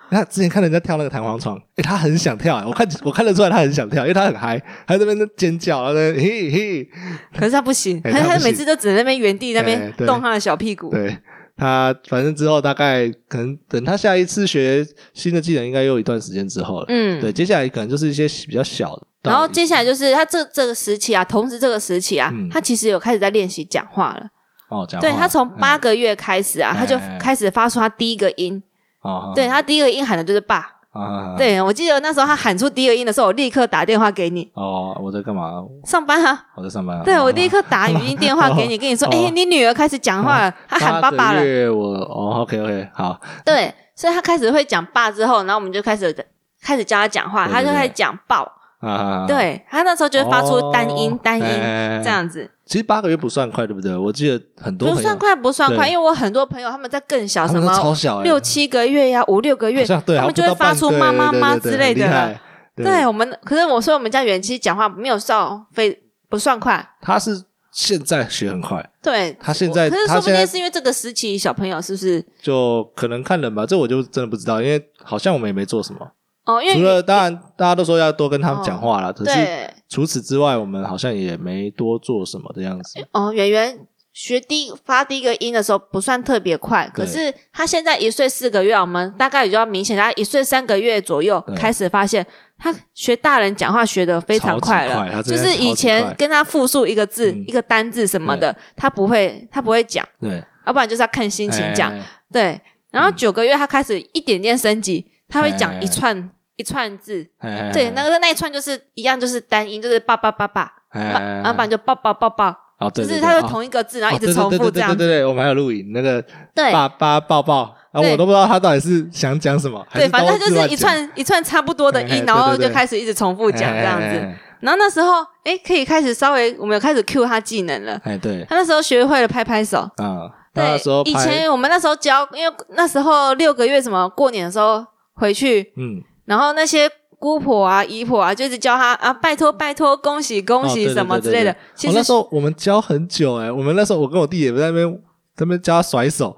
Speaker 1: 他之前看人家跳那个弹簧床，哎，他很想跳，我看我看得出来他很想跳，因为他很嗨，他在那边尖叫，然后在那边嘿嘿，
Speaker 2: 可是他不行，
Speaker 1: 哎
Speaker 2: 他
Speaker 1: 他
Speaker 2: 他
Speaker 1: 不
Speaker 2: 每
Speaker 1: 行
Speaker 2: 次都只能那边原地那边
Speaker 1: 哎对
Speaker 2: 动他的小屁股，
Speaker 1: 对他，反正之后大概可能等他下一次学新的技能，应该又有一段时间之后了。
Speaker 2: 嗯，
Speaker 1: 对，接下来可能就是一些比较小的道理，
Speaker 2: 然后接下来就是他这这个时期啊，同时这个时期啊，
Speaker 1: 嗯
Speaker 2: 他其实有开始在练习讲话了。
Speaker 1: 哦，讲
Speaker 2: 对
Speaker 1: 话
Speaker 2: 他从八个月开始啊，
Speaker 1: 哎
Speaker 2: 他就开始发出他第一个音。
Speaker 1: 哦，
Speaker 2: 对他第一个音喊的就是爸。
Speaker 1: 啊啊，啊
Speaker 2: 对我记得那时候他喊出第一个音的时候，我立刻打电话给你
Speaker 1: 哦，我在干嘛？
Speaker 2: 上班啊。
Speaker 1: 我在上班啊。
Speaker 2: 对
Speaker 1: 哦
Speaker 2: 我立刻打语音电话给你，跟你 说，
Speaker 1: 哦
Speaker 2: 哎，你女儿开始讲话了，她喊爸爸
Speaker 1: 八
Speaker 2: 了
Speaker 1: 个。月我哦，OK OK，好，
Speaker 2: 对，所以他开始会讲爸之后，然后我们就开始开始教他讲话，
Speaker 1: 对
Speaker 2: 他就
Speaker 1: 对对
Speaker 2: 开始讲抱。
Speaker 1: 啊啊，啊，
Speaker 2: 对他那时候就会发出单音
Speaker 1: 哦
Speaker 2: 单音
Speaker 1: 哎哎哎
Speaker 2: 这样子。
Speaker 1: 其实八个月不算快，对不对？我记得很多
Speaker 2: 不
Speaker 1: 朋友
Speaker 2: 算快，不算快，
Speaker 1: 对
Speaker 2: 因为我很多朋友他们在更小，
Speaker 1: 他
Speaker 2: 什
Speaker 1: 们都超
Speaker 2: 么
Speaker 1: 小欸，
Speaker 2: 六七个月呀、五六个
Speaker 1: 好
Speaker 2: 月，
Speaker 1: 像对，
Speaker 2: 他们
Speaker 1: 好像
Speaker 2: 就
Speaker 1: 不
Speaker 2: 会
Speaker 1: 到
Speaker 2: 发
Speaker 1: 半
Speaker 2: 出
Speaker 1: 对
Speaker 2: 妈
Speaker 1: 对
Speaker 2: 妈
Speaker 1: 对
Speaker 2: 妈
Speaker 1: 对
Speaker 2: 之
Speaker 1: 很
Speaker 2: 类
Speaker 1: 厉
Speaker 2: 的
Speaker 1: 害
Speaker 2: 了。
Speaker 1: 对，
Speaker 2: 对我们，可是我说我们家远期讲话没有算非不算快，
Speaker 1: 他是现在学很快，
Speaker 2: 对。
Speaker 1: 他现在
Speaker 2: 我可是
Speaker 1: 他
Speaker 2: 说不
Speaker 1: 现在
Speaker 2: 定是因为这个时期小朋友是不是？
Speaker 1: 就可能看人吧，这我就真的不知道，因为好像我们也没做什么，
Speaker 2: 哦，因为哦
Speaker 1: 除了当然大家都说要多跟他们讲话啦，可是
Speaker 2: 对
Speaker 1: 除此之外，我们好像也没多做什么的样子。
Speaker 2: 哦，圆圆学第发第一个音的时候不算特别快，可
Speaker 1: 对
Speaker 2: 是他现在一岁四个月啊，我们大概也就要明显，他一岁三个月左右
Speaker 1: 对
Speaker 2: 开始发现，他学大人讲话学的非常快了，
Speaker 1: 超级快他
Speaker 2: 就
Speaker 1: 真的
Speaker 2: 是以
Speaker 1: 超级
Speaker 2: 前
Speaker 1: 快
Speaker 2: 跟他复述一个字、
Speaker 1: 嗯
Speaker 2: 一个单字什么的，他不会，他不会讲，
Speaker 1: 对，
Speaker 2: 要不然就是要看心情嗯讲。
Speaker 1: 哎
Speaker 2: 对，然后九个月他开始一点点升级，他会讲
Speaker 1: 哎
Speaker 2: 一串、一串字，
Speaker 1: 哎
Speaker 2: 对，那
Speaker 1: 个
Speaker 2: 个那一串就是一样，就是单音，就是爸爸爸爸，
Speaker 1: 哎
Speaker 2: 然后不然
Speaker 1: 就
Speaker 2: 就抱抱抱抱。
Speaker 1: 哦，
Speaker 2: 啊就
Speaker 1: 对
Speaker 2: 是他会
Speaker 1: 哦
Speaker 2: 同一个字，然后一
Speaker 1: 哦
Speaker 2: 直重复
Speaker 1: 对对对
Speaker 2: 这样
Speaker 1: 对对
Speaker 2: 子。
Speaker 1: 对对，我们还有录影那个
Speaker 2: 对
Speaker 1: 爸爸抱抱啊，
Speaker 2: 对
Speaker 1: 我都不知道他到底是想讲什么，还
Speaker 2: 对，反正
Speaker 1: 都
Speaker 2: 他就
Speaker 1: 乱
Speaker 2: 是一
Speaker 1: 讲
Speaker 2: 串一串差不多的
Speaker 1: 哎
Speaker 2: 音
Speaker 1: 哎，
Speaker 2: 然后
Speaker 1: 对对
Speaker 2: 就
Speaker 1: 对
Speaker 2: 开始一直重复讲这样
Speaker 1: 哎哎
Speaker 2: 子。
Speaker 1: 哎哎
Speaker 2: 然后那时候，哎，可以开始稍微，我们有开始 cue 他技能了。
Speaker 1: 哎对
Speaker 2: 他那时候学会了拍拍手。
Speaker 1: 啊，
Speaker 2: 对
Speaker 1: 那时候，
Speaker 2: 以
Speaker 1: 拍
Speaker 2: 前我们那时候教，因为那时候六个月什么过年的时候回去，
Speaker 1: 嗯
Speaker 2: 然后那些姑婆啊、姨婆啊，就一直教他啊，拜托拜托，恭喜恭
Speaker 1: 哦对
Speaker 2: 喜
Speaker 1: 对
Speaker 2: 什么
Speaker 1: 对
Speaker 2: 之
Speaker 1: 对
Speaker 2: 类的
Speaker 1: 对。
Speaker 2: 其
Speaker 1: 哦、
Speaker 2: 实
Speaker 1: 那时候我们教很久哎、我们那时候我跟我弟也在那边在那边教他甩手，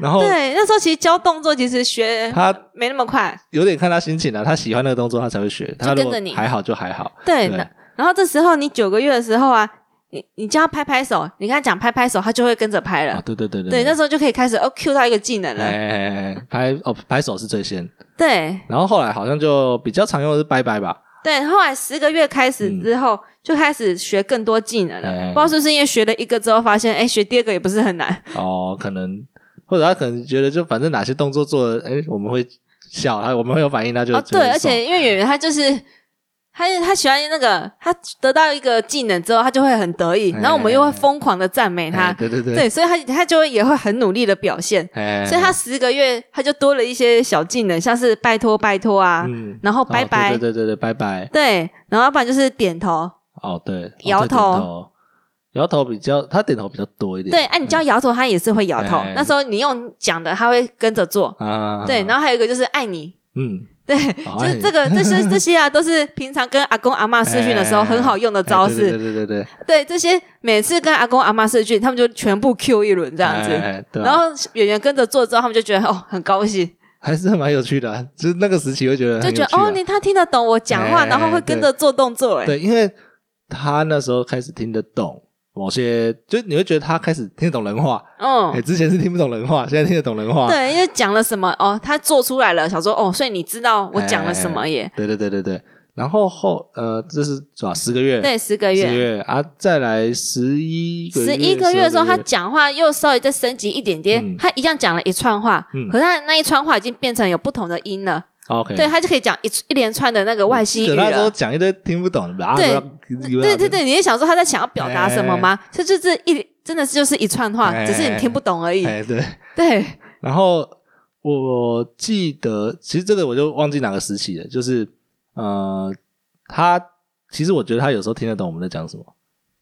Speaker 1: 然后
Speaker 2: 对，那时候其实教动作其实学
Speaker 1: 他
Speaker 2: 没那么快。
Speaker 1: 有点看他心情了、他喜欢那个动作他才会学，他如
Speaker 2: 跟
Speaker 1: 果
Speaker 2: 着你
Speaker 1: 还好就还好，
Speaker 2: 对，
Speaker 1: 对
Speaker 2: 那然后这时候你九个月的时候啊，你你叫他拍拍手，你跟他讲拍拍手，他就会跟着拍了。
Speaker 1: 啊对对对对
Speaker 2: 对，那时候就可以开始哦，Q 到一个技能了。
Speaker 1: 哎哎哎哎拍哦拍手是最先，
Speaker 2: 对
Speaker 1: 然后后来好像就比较常用的是拜拜吧，
Speaker 2: 对，后来十个月开始之后，就开始学更多技能了。
Speaker 1: 嗯哎
Speaker 2: 不知道是不是因为学了一个之后，发现哎，学第二个也不是很难。
Speaker 1: 哦可能或者他可能觉得就反正哪些动作做的哎我们会笑，他我们会有反应，他就
Speaker 2: 哦，
Speaker 1: 觉得
Speaker 2: 对，
Speaker 1: 爽
Speaker 2: 而且因为演员他就是。他他喜欢那个，他得到一个技能之后，他就会很得意，
Speaker 1: 哎
Speaker 2: 然后我们又会疯狂的赞美
Speaker 1: 哎
Speaker 2: 他，
Speaker 1: 对对对，
Speaker 2: 对，所以他他就会也会很努力的表现。
Speaker 1: 哎
Speaker 2: 所以他十个月他就多了一些小技能，像是拜托拜托啊，
Speaker 1: 嗯。
Speaker 2: 然后拜拜，
Speaker 1: 哦对对对对，拜拜。
Speaker 2: 对然后要不然就是点头，
Speaker 1: 哦，对，哦
Speaker 2: 摇
Speaker 1: 对点
Speaker 2: 头
Speaker 1: 头，摇头比较，他点头比较多一点。啊
Speaker 2: 对，哎、你教摇头，他也是会摇头，
Speaker 1: 哎
Speaker 2: 那时候你用讲的，他会跟着做，
Speaker 1: 啊，
Speaker 2: 对，然后还有一个就是爱你。
Speaker 1: 嗯，
Speaker 2: 对，
Speaker 1: 哦
Speaker 2: 就是这个，这些 这些啊，都是平常跟阿公阿妈试训的时候
Speaker 1: 哎
Speaker 2: 很好用的
Speaker 1: 哎
Speaker 2: 招
Speaker 1: 对
Speaker 2: 式。
Speaker 1: 对对对对，
Speaker 2: 对，这些每次跟阿公阿妈试训，他们就全部 Q 一轮这
Speaker 1: 这
Speaker 2: 样子，
Speaker 1: 对啊，
Speaker 2: 然后演员跟着做之后，他们就觉得哦很高兴，
Speaker 1: 还是蛮有趣的啊，就是那个时期会觉得
Speaker 2: 就
Speaker 1: 很
Speaker 2: 觉
Speaker 1: 有
Speaker 2: 得
Speaker 1: 趣啊
Speaker 2: 哦你他听得懂我讲话，
Speaker 1: 哎
Speaker 2: 然后会跟
Speaker 1: 对
Speaker 2: 着做动作，哎，
Speaker 1: 对，因为他那时候开始听得懂某些，就你会觉得他开始听得懂人话，
Speaker 2: 嗯
Speaker 1: 哎、，之前是听不懂人话，现在听得懂人话。
Speaker 2: 对，因为讲了什么哦，他做出来了，想说哦，所以你知道
Speaker 1: 哎
Speaker 2: 我讲了什么耶？
Speaker 1: 对对对对对。然后后呃，这是多少？十个月，
Speaker 2: 对，十个
Speaker 1: 十个
Speaker 2: 月，
Speaker 1: 月啊，再来十一个月，
Speaker 2: 十一个月的时候，
Speaker 1: 12
Speaker 2: 他讲话又稍微再升级一点点
Speaker 1: 嗯，
Speaker 2: 他一样讲了一串话
Speaker 1: 嗯，
Speaker 2: 可是他那一串话已经变成有不同的音了，
Speaker 1: OK，
Speaker 2: 对他就可以讲一一连串的那个外星语
Speaker 1: 他说
Speaker 2: 了。
Speaker 1: 讲一堆听不懂的，
Speaker 2: 对
Speaker 1: 啊，
Speaker 2: 对
Speaker 1: 对
Speaker 2: 对，对，你也想说他在想要表达什么吗？这就是一真的是就是一串话，
Speaker 1: 哎
Speaker 2: 只是你听不懂而已。
Speaker 1: 哎对。
Speaker 2: 对，
Speaker 1: 然后我记得，其实这个我就忘记哪个时期了，就是呃，他其实我觉得他有时候听得懂我们在讲什么，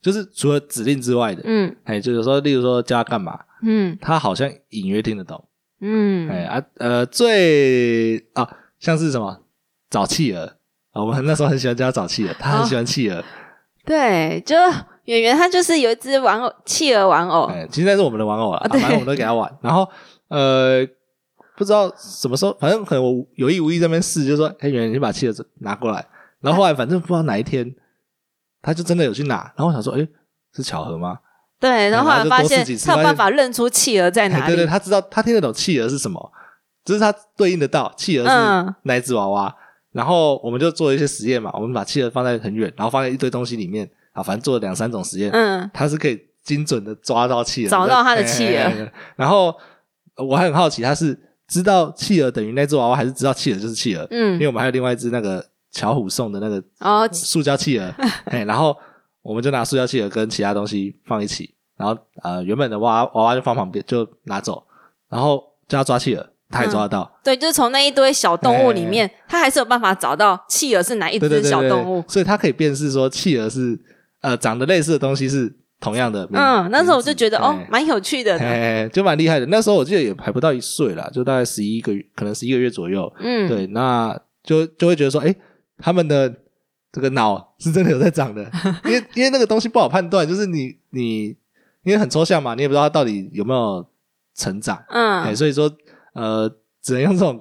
Speaker 1: 就是除了指令之外的，
Speaker 2: 嗯
Speaker 1: 哎，就有时候例如说叫他干嘛，
Speaker 2: 嗯
Speaker 1: 他好像隐约听得懂，哎
Speaker 2: 嗯，
Speaker 1: 啊呃，最啊像是什么找企鹅，啊我们那时候很喜欢叫他找企鹅，他很喜欢企鹅，
Speaker 2: 对，就圆圆他就是有一只玩偶企鹅玩偶，
Speaker 1: 哎，其实那是我们的玩偶了，
Speaker 2: 哦啊
Speaker 1: 啊
Speaker 2: 对
Speaker 1: 反正我们都给他玩。然后呃，不知道什么时候，反正可能我有意无意这边试，就说：“哎，圆圆，你把气的拿过来。”然后后来反正不知道哪一天，他就真的有去拿。然后我想说：“哎，是巧合吗
Speaker 2: 对，然后后来
Speaker 1: 哎然后就
Speaker 2: 发
Speaker 1: 多试
Speaker 2: 现
Speaker 1: 几次
Speaker 2: 他有
Speaker 1: 发
Speaker 2: 办
Speaker 1: 现
Speaker 2: 法认出企鹅？”在哪
Speaker 1: 哎，
Speaker 2: 里。
Speaker 1: 对对，他知道他听得懂企鹅是什么，就是他对应得到企鹅
Speaker 2: 嗯
Speaker 1: 是那一只娃娃。然后我们就做一些实验嘛，我们把企鹅放在很远，然后放在一堆东西里面啊，反正做了两三种实验，
Speaker 2: 嗯，
Speaker 1: 他是可以精准的抓到企鹅，
Speaker 2: 找到他的企鹅
Speaker 1: 哎哎哎哎 然后呃我还很好奇，他是知道企鹅等于那只娃娃，还是知道企鹅就是企鹅？因
Speaker 2: 嗯，
Speaker 1: 为我们还有另外一只那个巧虎送的那个
Speaker 2: 哦，
Speaker 1: 塑胶企 鹅，哎，然后我们就拿塑胶企鹅跟其他东西放一起，然后呃原本的娃娃娃娃就放旁边，就拿走，然后叫他抓企鹅，他也抓得到，
Speaker 2: 对，就是从那一堆小动物里面，他还是有办法找到企鹅是嗯哪一
Speaker 1: 哎对对
Speaker 2: 只
Speaker 1: 对
Speaker 2: 小
Speaker 1: 对
Speaker 2: 动物。
Speaker 1: 所以他可以辨识说企鹅是呃长得类似的东西是同样的名字。
Speaker 2: 嗯，那时候我就觉得哦
Speaker 1: 哎，
Speaker 2: 蛮有趣的呢。
Speaker 1: 哎，就蛮厉害的。那时候我记得也还不到一岁啦，就大概十一个月，可能十一个月左右。
Speaker 2: 嗯，
Speaker 1: 对，那就就会觉得说，哎、他们的这个脑是真的有在长的， 因为因为那个东西不好判断，就是你你因为很抽象嘛，你也不知道它到底有没有成长，哎、
Speaker 2: 嗯，
Speaker 1: 所以说呃，只能用这种。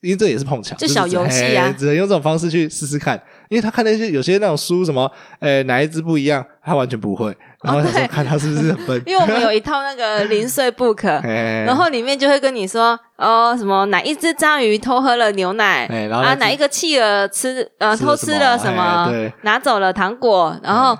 Speaker 1: 因为这也是碰巧，
Speaker 2: 就是小游戏啊
Speaker 1: 哎只能用这种方式去试试看。因为他看那些有些那种书，什么，呃，哪一只不一样，他完全不会。然后他
Speaker 2: 哦
Speaker 1: 说
Speaker 2: 对
Speaker 1: 看他是不是很笨
Speaker 2: ，因为 我们有一套那个零碎 book，
Speaker 1: 哎
Speaker 2: 然后里面就会跟你说哦，什么哪一只章鱼偷喝了牛奶
Speaker 1: 哎，然后
Speaker 2: 啊，
Speaker 1: 那只
Speaker 2: 哪一个企鹅吃呃
Speaker 1: 吃
Speaker 2: 偷
Speaker 1: 了
Speaker 2: 吃
Speaker 1: 什么
Speaker 2: 了什
Speaker 1: 哎
Speaker 2: 么
Speaker 1: 对，哎
Speaker 2: 拿走了糖果，然后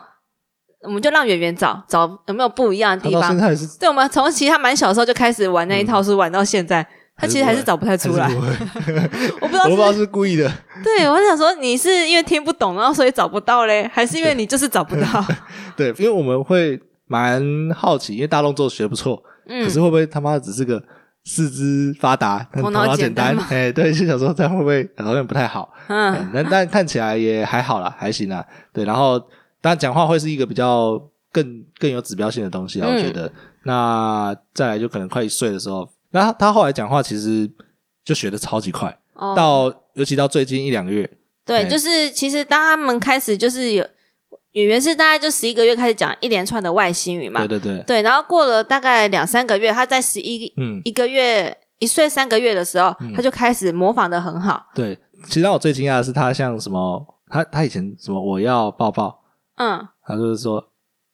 Speaker 2: 我们就让圆圆找找有没有不一样的
Speaker 1: 他
Speaker 2: 地
Speaker 1: 到
Speaker 2: 方
Speaker 1: 现。在还是
Speaker 2: 对，我们从其实他蛮小的时候就开始玩那一
Speaker 1: 嗯
Speaker 2: 套书，玩到现在，他其实还是找不太出来
Speaker 1: 还。是不会
Speaker 2: 我不
Speaker 1: 我
Speaker 2: 知道
Speaker 1: 不知道
Speaker 2: 是，
Speaker 1: 是故意的，
Speaker 2: 对我想说你是因为听不懂，然后所以找不到嘞， 还是因为你就是找不 到？
Speaker 1: 对，因为我们会蛮好奇，因为大动作学不错，
Speaker 2: 嗯
Speaker 1: 可，是会不会他妈的只是个四肢发达、
Speaker 2: 头
Speaker 1: 头
Speaker 2: 脑
Speaker 1: 脑
Speaker 2: 简
Speaker 1: 简
Speaker 2: 单
Speaker 1: 单
Speaker 2: 嘛？
Speaker 1: 哎，对，就想说这样会不会好像不太好？哎
Speaker 2: 嗯，
Speaker 1: 但但看起来也还好啦，还行啦。对，然后当然讲话会是一个比较更更有指标性的东西啊，
Speaker 2: 嗯
Speaker 1: 我觉得。那再来就可能快一岁的时候，那他他后来讲话其实就学的超级快，
Speaker 2: 哦，
Speaker 1: 到尤其到最近一两个月，
Speaker 2: 对，
Speaker 1: 哎
Speaker 2: 就是其实当他们开始就是有演员是大概就十一个月开始讲一连串的外星语嘛
Speaker 1: 对，对对，
Speaker 2: 对，然后过了大概两三个月，他在十一
Speaker 1: 嗯，
Speaker 2: 一个月一岁三个月的时候，他就开始模仿的很好，
Speaker 1: 对。其实让我最惊讶的是，他像什么，他他以前什么我要抱抱，
Speaker 2: 嗯，
Speaker 1: 他就是说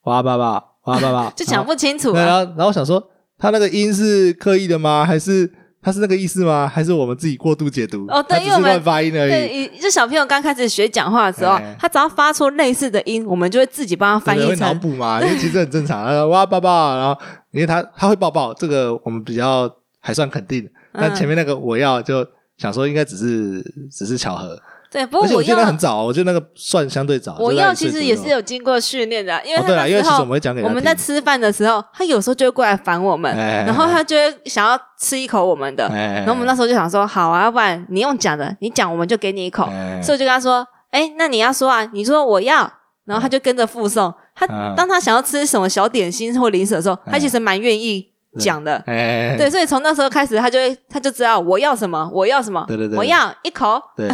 Speaker 1: 我要抱抱，我要抱抱，
Speaker 2: 就讲
Speaker 1: 然后
Speaker 2: 不清楚
Speaker 1: 对，然
Speaker 2: 啊，
Speaker 1: 后然后我想说，他那个音是刻意的吗？还是他是那个意思吗？还是我们自己过度解读？
Speaker 2: 哦
Speaker 1: 他
Speaker 2: 对
Speaker 1: 只
Speaker 2: 因为我
Speaker 1: 是
Speaker 2: 们
Speaker 1: 乱发音而
Speaker 2: 对，
Speaker 1: 已。
Speaker 2: 一就小朋友刚开始学讲话的时候
Speaker 1: 哎，
Speaker 2: 他只要发出类似的音，我们就会自己帮他翻
Speaker 1: 对
Speaker 2: 译
Speaker 1: 会脑
Speaker 2: 成。
Speaker 1: 补嘛，因为其实很正常。然后哇抱抱，然后因为他他会抱抱，这个我们比较还算肯定。
Speaker 2: 嗯
Speaker 1: 但前面那个我要就想说，应该只是只是巧合。
Speaker 2: 对，不
Speaker 1: 而且
Speaker 2: 过
Speaker 1: 我
Speaker 2: 我
Speaker 1: 记得那很
Speaker 2: 要
Speaker 1: 早，我觉得那个算相对早。
Speaker 2: 我
Speaker 1: 就在
Speaker 2: 要
Speaker 1: 一岁
Speaker 2: 其实
Speaker 1: 左
Speaker 2: 也
Speaker 1: 右
Speaker 2: 是有经过训练的啊，因为
Speaker 1: 哦，
Speaker 2: 他
Speaker 1: 对啦，因
Speaker 2: 那
Speaker 1: 为其
Speaker 2: 时
Speaker 1: 实我
Speaker 2: 候
Speaker 1: 们会讲给
Speaker 2: 我
Speaker 1: 他
Speaker 2: 们
Speaker 1: 听
Speaker 2: 在吃饭的时候，他有时候就会过来烦我们，
Speaker 1: 哎
Speaker 2: 然后他就会想要吃一口我们的，
Speaker 1: 哎
Speaker 2: 然后我们那时候就想说，好啊，要不然你用讲的，你讲我们就给你一口，
Speaker 1: 哎
Speaker 2: 所以我就跟他说，哎，那你要说啊，你说我要，然后他就跟着附送。他
Speaker 1: 嗯
Speaker 2: 当他想要吃什么小点心或零食的时候，他其实蛮愿意讲的，
Speaker 1: 哎，
Speaker 2: 对，所以从那时候开始，他就会他就知道我要什么，我要什么，
Speaker 1: 对对对
Speaker 2: 我要一口，
Speaker 1: 对，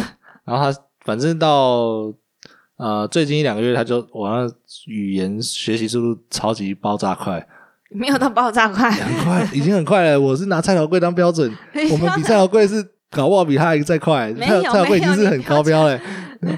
Speaker 1: 然后他反正到呃最近一两个月，他就我那语言学习速度超级爆炸快，
Speaker 2: 没有到爆炸 快。
Speaker 1: 很快，已经很快了。我是拿菜头柜当标 准，我们比菜头柜是搞不好比他还再快，
Speaker 2: 没
Speaker 1: 菜
Speaker 2: 有
Speaker 1: 菜头柜已经是很高标了。欸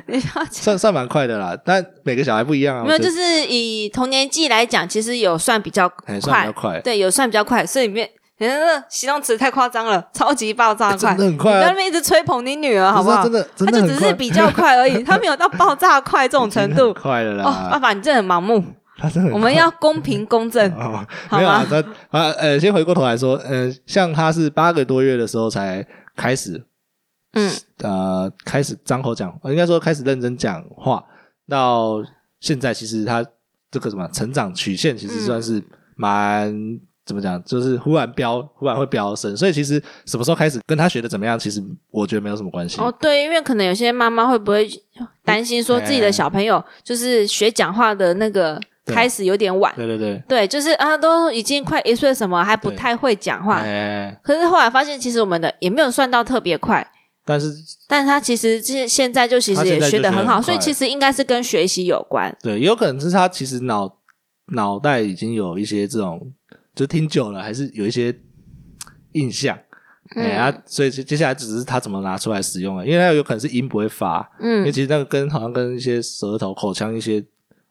Speaker 2: 你要讲
Speaker 1: 算算蛮快的啦。但每个小孩不一样啊，
Speaker 2: 没有，
Speaker 1: 我觉
Speaker 2: 就
Speaker 1: 得
Speaker 2: 是以童年记忆来讲，其实有算比较
Speaker 1: 还
Speaker 2: 快，
Speaker 1: 哎算比较快，
Speaker 2: 对，有算比较快，所以里面。你那个形容词太夸张了，超级爆炸
Speaker 1: 哎
Speaker 2: 快！
Speaker 1: 真的很快啊
Speaker 2: 你在那边一直吹捧你女儿，好
Speaker 1: 不
Speaker 2: 不
Speaker 1: 是啊
Speaker 2: 好
Speaker 1: 真？的真
Speaker 2: 她
Speaker 1: 的
Speaker 2: 就
Speaker 1: 很
Speaker 2: 只
Speaker 1: 快
Speaker 2: 是比较 快而已，她没有到爆炸快这种程
Speaker 1: 真的很
Speaker 2: 度。
Speaker 1: 快了
Speaker 2: 哦，爸
Speaker 1: 啦。
Speaker 2: 爸，你真的很盲目。
Speaker 1: 他真的很
Speaker 2: 我们要公平 公正，
Speaker 1: 哦，
Speaker 2: 好
Speaker 1: 没有啊
Speaker 2: 吗，
Speaker 1: 他啊呃，先回过头来说，呃，像他是八个多月的时候才开始
Speaker 2: 嗯，
Speaker 1: 呃开始张口讲，呃应该说开始认真讲话，到现在其实他这个什么成长曲线，其实
Speaker 2: 嗯
Speaker 1: 算是蛮、怎么讲，就是忽然飙，忽然会飙升，所以其实什么时候开始跟他学的怎么样，其实我觉得没有什么关系。
Speaker 2: 哦，对，因为可能有些妈妈会不会担心说自己的小朋友就是学讲话的那个
Speaker 1: 对
Speaker 2: 开始有点晚，
Speaker 1: 对对对，
Speaker 2: 对，就是啊，都已经快一岁什么还不
Speaker 1: 对
Speaker 2: 太会讲话，
Speaker 1: 哎，
Speaker 2: 可是后来发现其实我们的也没有算到特别快，
Speaker 1: 但是
Speaker 2: 但是他其实现现在就其
Speaker 1: 他
Speaker 2: 实
Speaker 1: 现
Speaker 2: 也
Speaker 1: 在
Speaker 2: 学
Speaker 1: 就
Speaker 2: 得
Speaker 1: 学得
Speaker 2: 很好，
Speaker 1: 很
Speaker 2: 所以
Speaker 1: 快
Speaker 2: 其实应该是跟学习有关，
Speaker 1: 对，也有可能是他其实脑脑袋已经有一些这种，就听久了还是有一些印象。哎、
Speaker 2: 嗯
Speaker 1: 啊，所以接接下来只是他怎么拿出来使用了，因为他有可能是音不会发，因为
Speaker 2: 嗯。
Speaker 1: 其实那个跟好像跟一些舌头、口腔一些，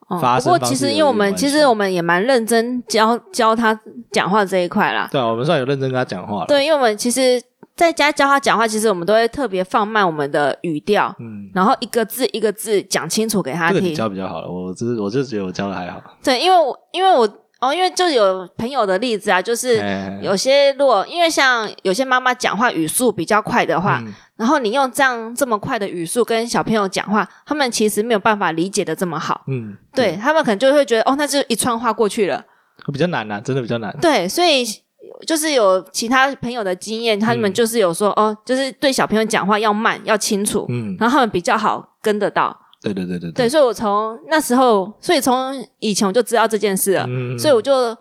Speaker 2: 哦
Speaker 1: 发
Speaker 2: 不
Speaker 1: 声
Speaker 2: 过
Speaker 1: 方
Speaker 2: 其
Speaker 1: 式
Speaker 2: 实
Speaker 1: 有
Speaker 2: 因为我
Speaker 1: 点
Speaker 2: 们
Speaker 1: 关
Speaker 2: 其
Speaker 1: 系
Speaker 2: 实我们也蛮认真教教他讲话这一块啦，
Speaker 1: 对啊，我们算有认真跟他讲话了。，
Speaker 2: 对，因为我们其实在家教他讲话，其实我们都会特别放慢我们的语调，
Speaker 1: 嗯，
Speaker 2: 然后一个字一个字讲清楚给他
Speaker 1: 这个
Speaker 2: 听
Speaker 1: 你。教比较好了，我只是我就觉得我教的还好。
Speaker 2: 对，因为我因为我哦，因为就有朋友的例子啊，就是
Speaker 1: 哎，
Speaker 2: 有些如果因为像有些妈妈讲话语速比较快的话，
Speaker 1: 嗯
Speaker 2: 然后你用这样这么快的语速跟小朋友讲话，他们其实没有办法理解的这么好。
Speaker 1: 嗯，
Speaker 2: 对他们可能就会觉得哦，那就一串话过去了。
Speaker 1: 比较难啊，真的比较难。
Speaker 2: 对，所以就是有其他朋友的经验，他们
Speaker 1: 嗯
Speaker 2: 就是有说、哦，就是对小朋友讲话要慢，要清楚，
Speaker 1: 嗯，
Speaker 2: 然后他们比较好跟得到。
Speaker 1: 对对对对
Speaker 2: 对，，所以我从那时候，所以从以前我就知道这件事了，
Speaker 1: 嗯
Speaker 2: 所以我就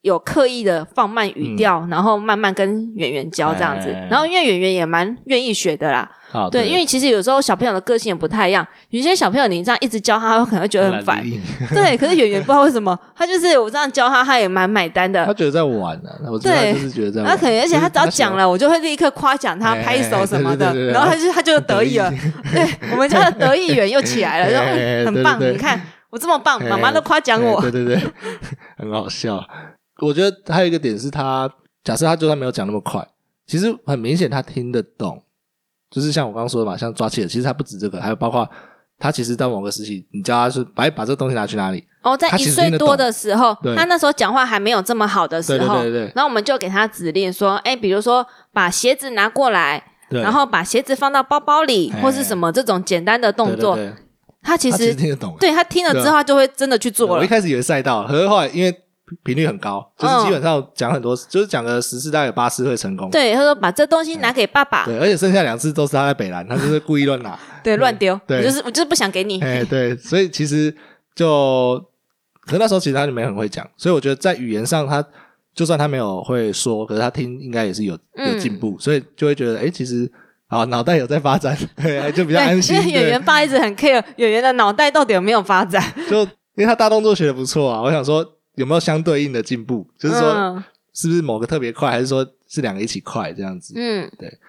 Speaker 2: 有刻意的放慢语调，然后慢慢跟圆圆教这样子。
Speaker 1: 哎哦
Speaker 2: 然后因为圆圆也蛮愿意学的啦，
Speaker 1: 好，
Speaker 2: 对，因为其实有时候小朋友的个性也不太一样，有些小朋友你这样一直教他，他可能会觉得很
Speaker 1: 嗯
Speaker 2: 烦。。对，可是圆圆不知道为什么，他就是我这样教他，他也蛮买单的
Speaker 1: 他。觉得在玩呢，我知道他
Speaker 2: 对
Speaker 1: 就是觉得在玩。
Speaker 2: 那可能，而且他只要讲
Speaker 1: 了，
Speaker 2: 了，我就会立刻夸奖他、
Speaker 1: 哎
Speaker 2: 拍手什么的，
Speaker 1: 对对对对
Speaker 2: 然后他就他就得意了。对我们家的得意园又起来了，说、
Speaker 1: 哎哎哎
Speaker 2: 嗯、
Speaker 1: 对
Speaker 2: 很棒，
Speaker 1: 对对
Speaker 2: 你看我这么棒，
Speaker 1: 哎
Speaker 2: 妈妈都夸奖我。
Speaker 1: 哎对对 对，很好笑。我觉得还有一个点是他，假设他就算没有讲那么快，其实很明显他听得懂。就是像我刚刚说的嘛，像抓气的，其实他不止这个，还有包括他其实到某个时期，你教他是把把这个东西拿去哪里，
Speaker 2: 哦，在
Speaker 1: 他
Speaker 2: 一
Speaker 1: 其实
Speaker 2: 岁
Speaker 1: 听得
Speaker 2: 多
Speaker 1: 懂
Speaker 2: 的时候
Speaker 1: 对，
Speaker 2: 他那时候讲话还没有这么好的时
Speaker 1: 对对
Speaker 2: 候，
Speaker 1: 对对
Speaker 2: 然后我们就给他指令说，哎，比如说把鞋子拿过来，
Speaker 1: 对，
Speaker 2: 然后把鞋子放到包包里，
Speaker 1: 哎
Speaker 2: 或是什么这种简单的动作，
Speaker 1: 对对对
Speaker 2: 他其
Speaker 1: 他其实
Speaker 2: 实
Speaker 1: 听得懂。
Speaker 2: 对他听了
Speaker 1: 对啊
Speaker 2: 之后，他就会真的去做
Speaker 1: 我一
Speaker 2: 了。
Speaker 1: 开始以为赛道，可是后来因为频率很高，就是
Speaker 2: 嗯
Speaker 1: 基本上讲很多，就是讲个十次大概有八次会成功。
Speaker 2: 对，他说把这东西拿给爸爸，
Speaker 1: 对，而且剩下两次都是他在北兰，他就是故意乱 拿。
Speaker 2: 对，乱丢，我
Speaker 1: 对
Speaker 2: 就是我就是不想给你。
Speaker 1: 哎、对，所以其实就，可是那时候其实他就没很会讲，所以我觉得在语言上他，就算他没有会说，可是他听应该也是有
Speaker 2: 嗯
Speaker 1: 有进步，所以就会觉得，哎、其实啊，脑袋有在发展， 对，就比较安心
Speaker 2: 对，因。为演
Speaker 1: 对
Speaker 2: 员，爸一直很 care 演员的脑袋到底有没有发展，
Speaker 1: 就因为他大动作学的不错啊，我想说有没有相对应的进步，就是说
Speaker 2: 嗯
Speaker 1: 是不是某个特别快，还是说是两个一起快这样子？
Speaker 2: 嗯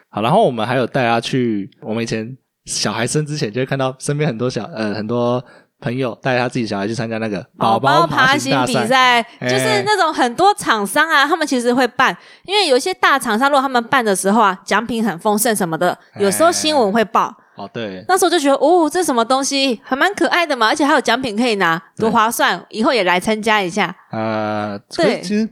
Speaker 1: 好，然后我们还有带他啊去，我们以前小孩生之前就会看到身边很多小呃很多朋友带他自己小孩去参加那个宝
Speaker 2: 宝
Speaker 1: 爬
Speaker 2: 爬
Speaker 1: 行
Speaker 2: 行
Speaker 1: 大
Speaker 2: 比赛就是
Speaker 1: 哎
Speaker 2: 那种很多厂商啊，他们其实会办，因为有一些大厂商，如果他们办的时候啊，奖品很丰盛什么的，
Speaker 1: 哎
Speaker 2: 有时候新闻会报。
Speaker 1: 哦，对，
Speaker 2: 那时候就觉得，哦，这什么东西还蛮可爱的嘛，而且还有奖品可以拿，
Speaker 1: 对
Speaker 2: 多划算！以后也来参加一下。
Speaker 1: 呃，
Speaker 2: 对
Speaker 1: 可是其实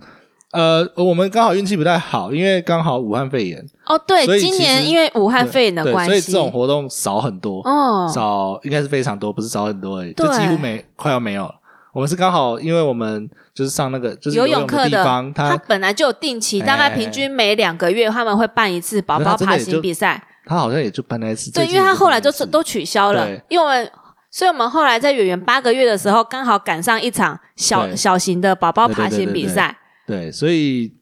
Speaker 1: 呃我们刚好运气不太好，因为刚好武汉肺炎，
Speaker 2: 哦，对
Speaker 1: 所，以
Speaker 2: 今
Speaker 1: 其
Speaker 2: 年
Speaker 1: 实
Speaker 2: 因为武汉肺炎的
Speaker 1: 对，
Speaker 2: 关
Speaker 1: 所以这
Speaker 2: 系，
Speaker 1: 种活动少很多，
Speaker 2: 哦，
Speaker 1: 少应该是非常多，不是少很多而已，就
Speaker 2: 对
Speaker 1: 几乎没快要没有了。我们是刚好，因为我们就是上那个就是
Speaker 2: 游
Speaker 1: 泳的
Speaker 2: 泳课
Speaker 1: 地方，
Speaker 2: 他
Speaker 1: 它哎
Speaker 2: 本来就有定期，大概平均每两个月他们会办一次宝宝爬行比赛。
Speaker 1: 它好像也就办那一次，最
Speaker 2: 对，因
Speaker 1: 近
Speaker 2: 为他
Speaker 1: 也
Speaker 2: 后来
Speaker 1: 办了
Speaker 2: 就
Speaker 1: 一次
Speaker 2: 都取消了
Speaker 1: 对，
Speaker 2: 因为我们，所以我们后来在圆圆八个月的时候，刚好赶上一场小
Speaker 1: 对
Speaker 2: 小型的宝宝爬行比赛。
Speaker 1: 对，所以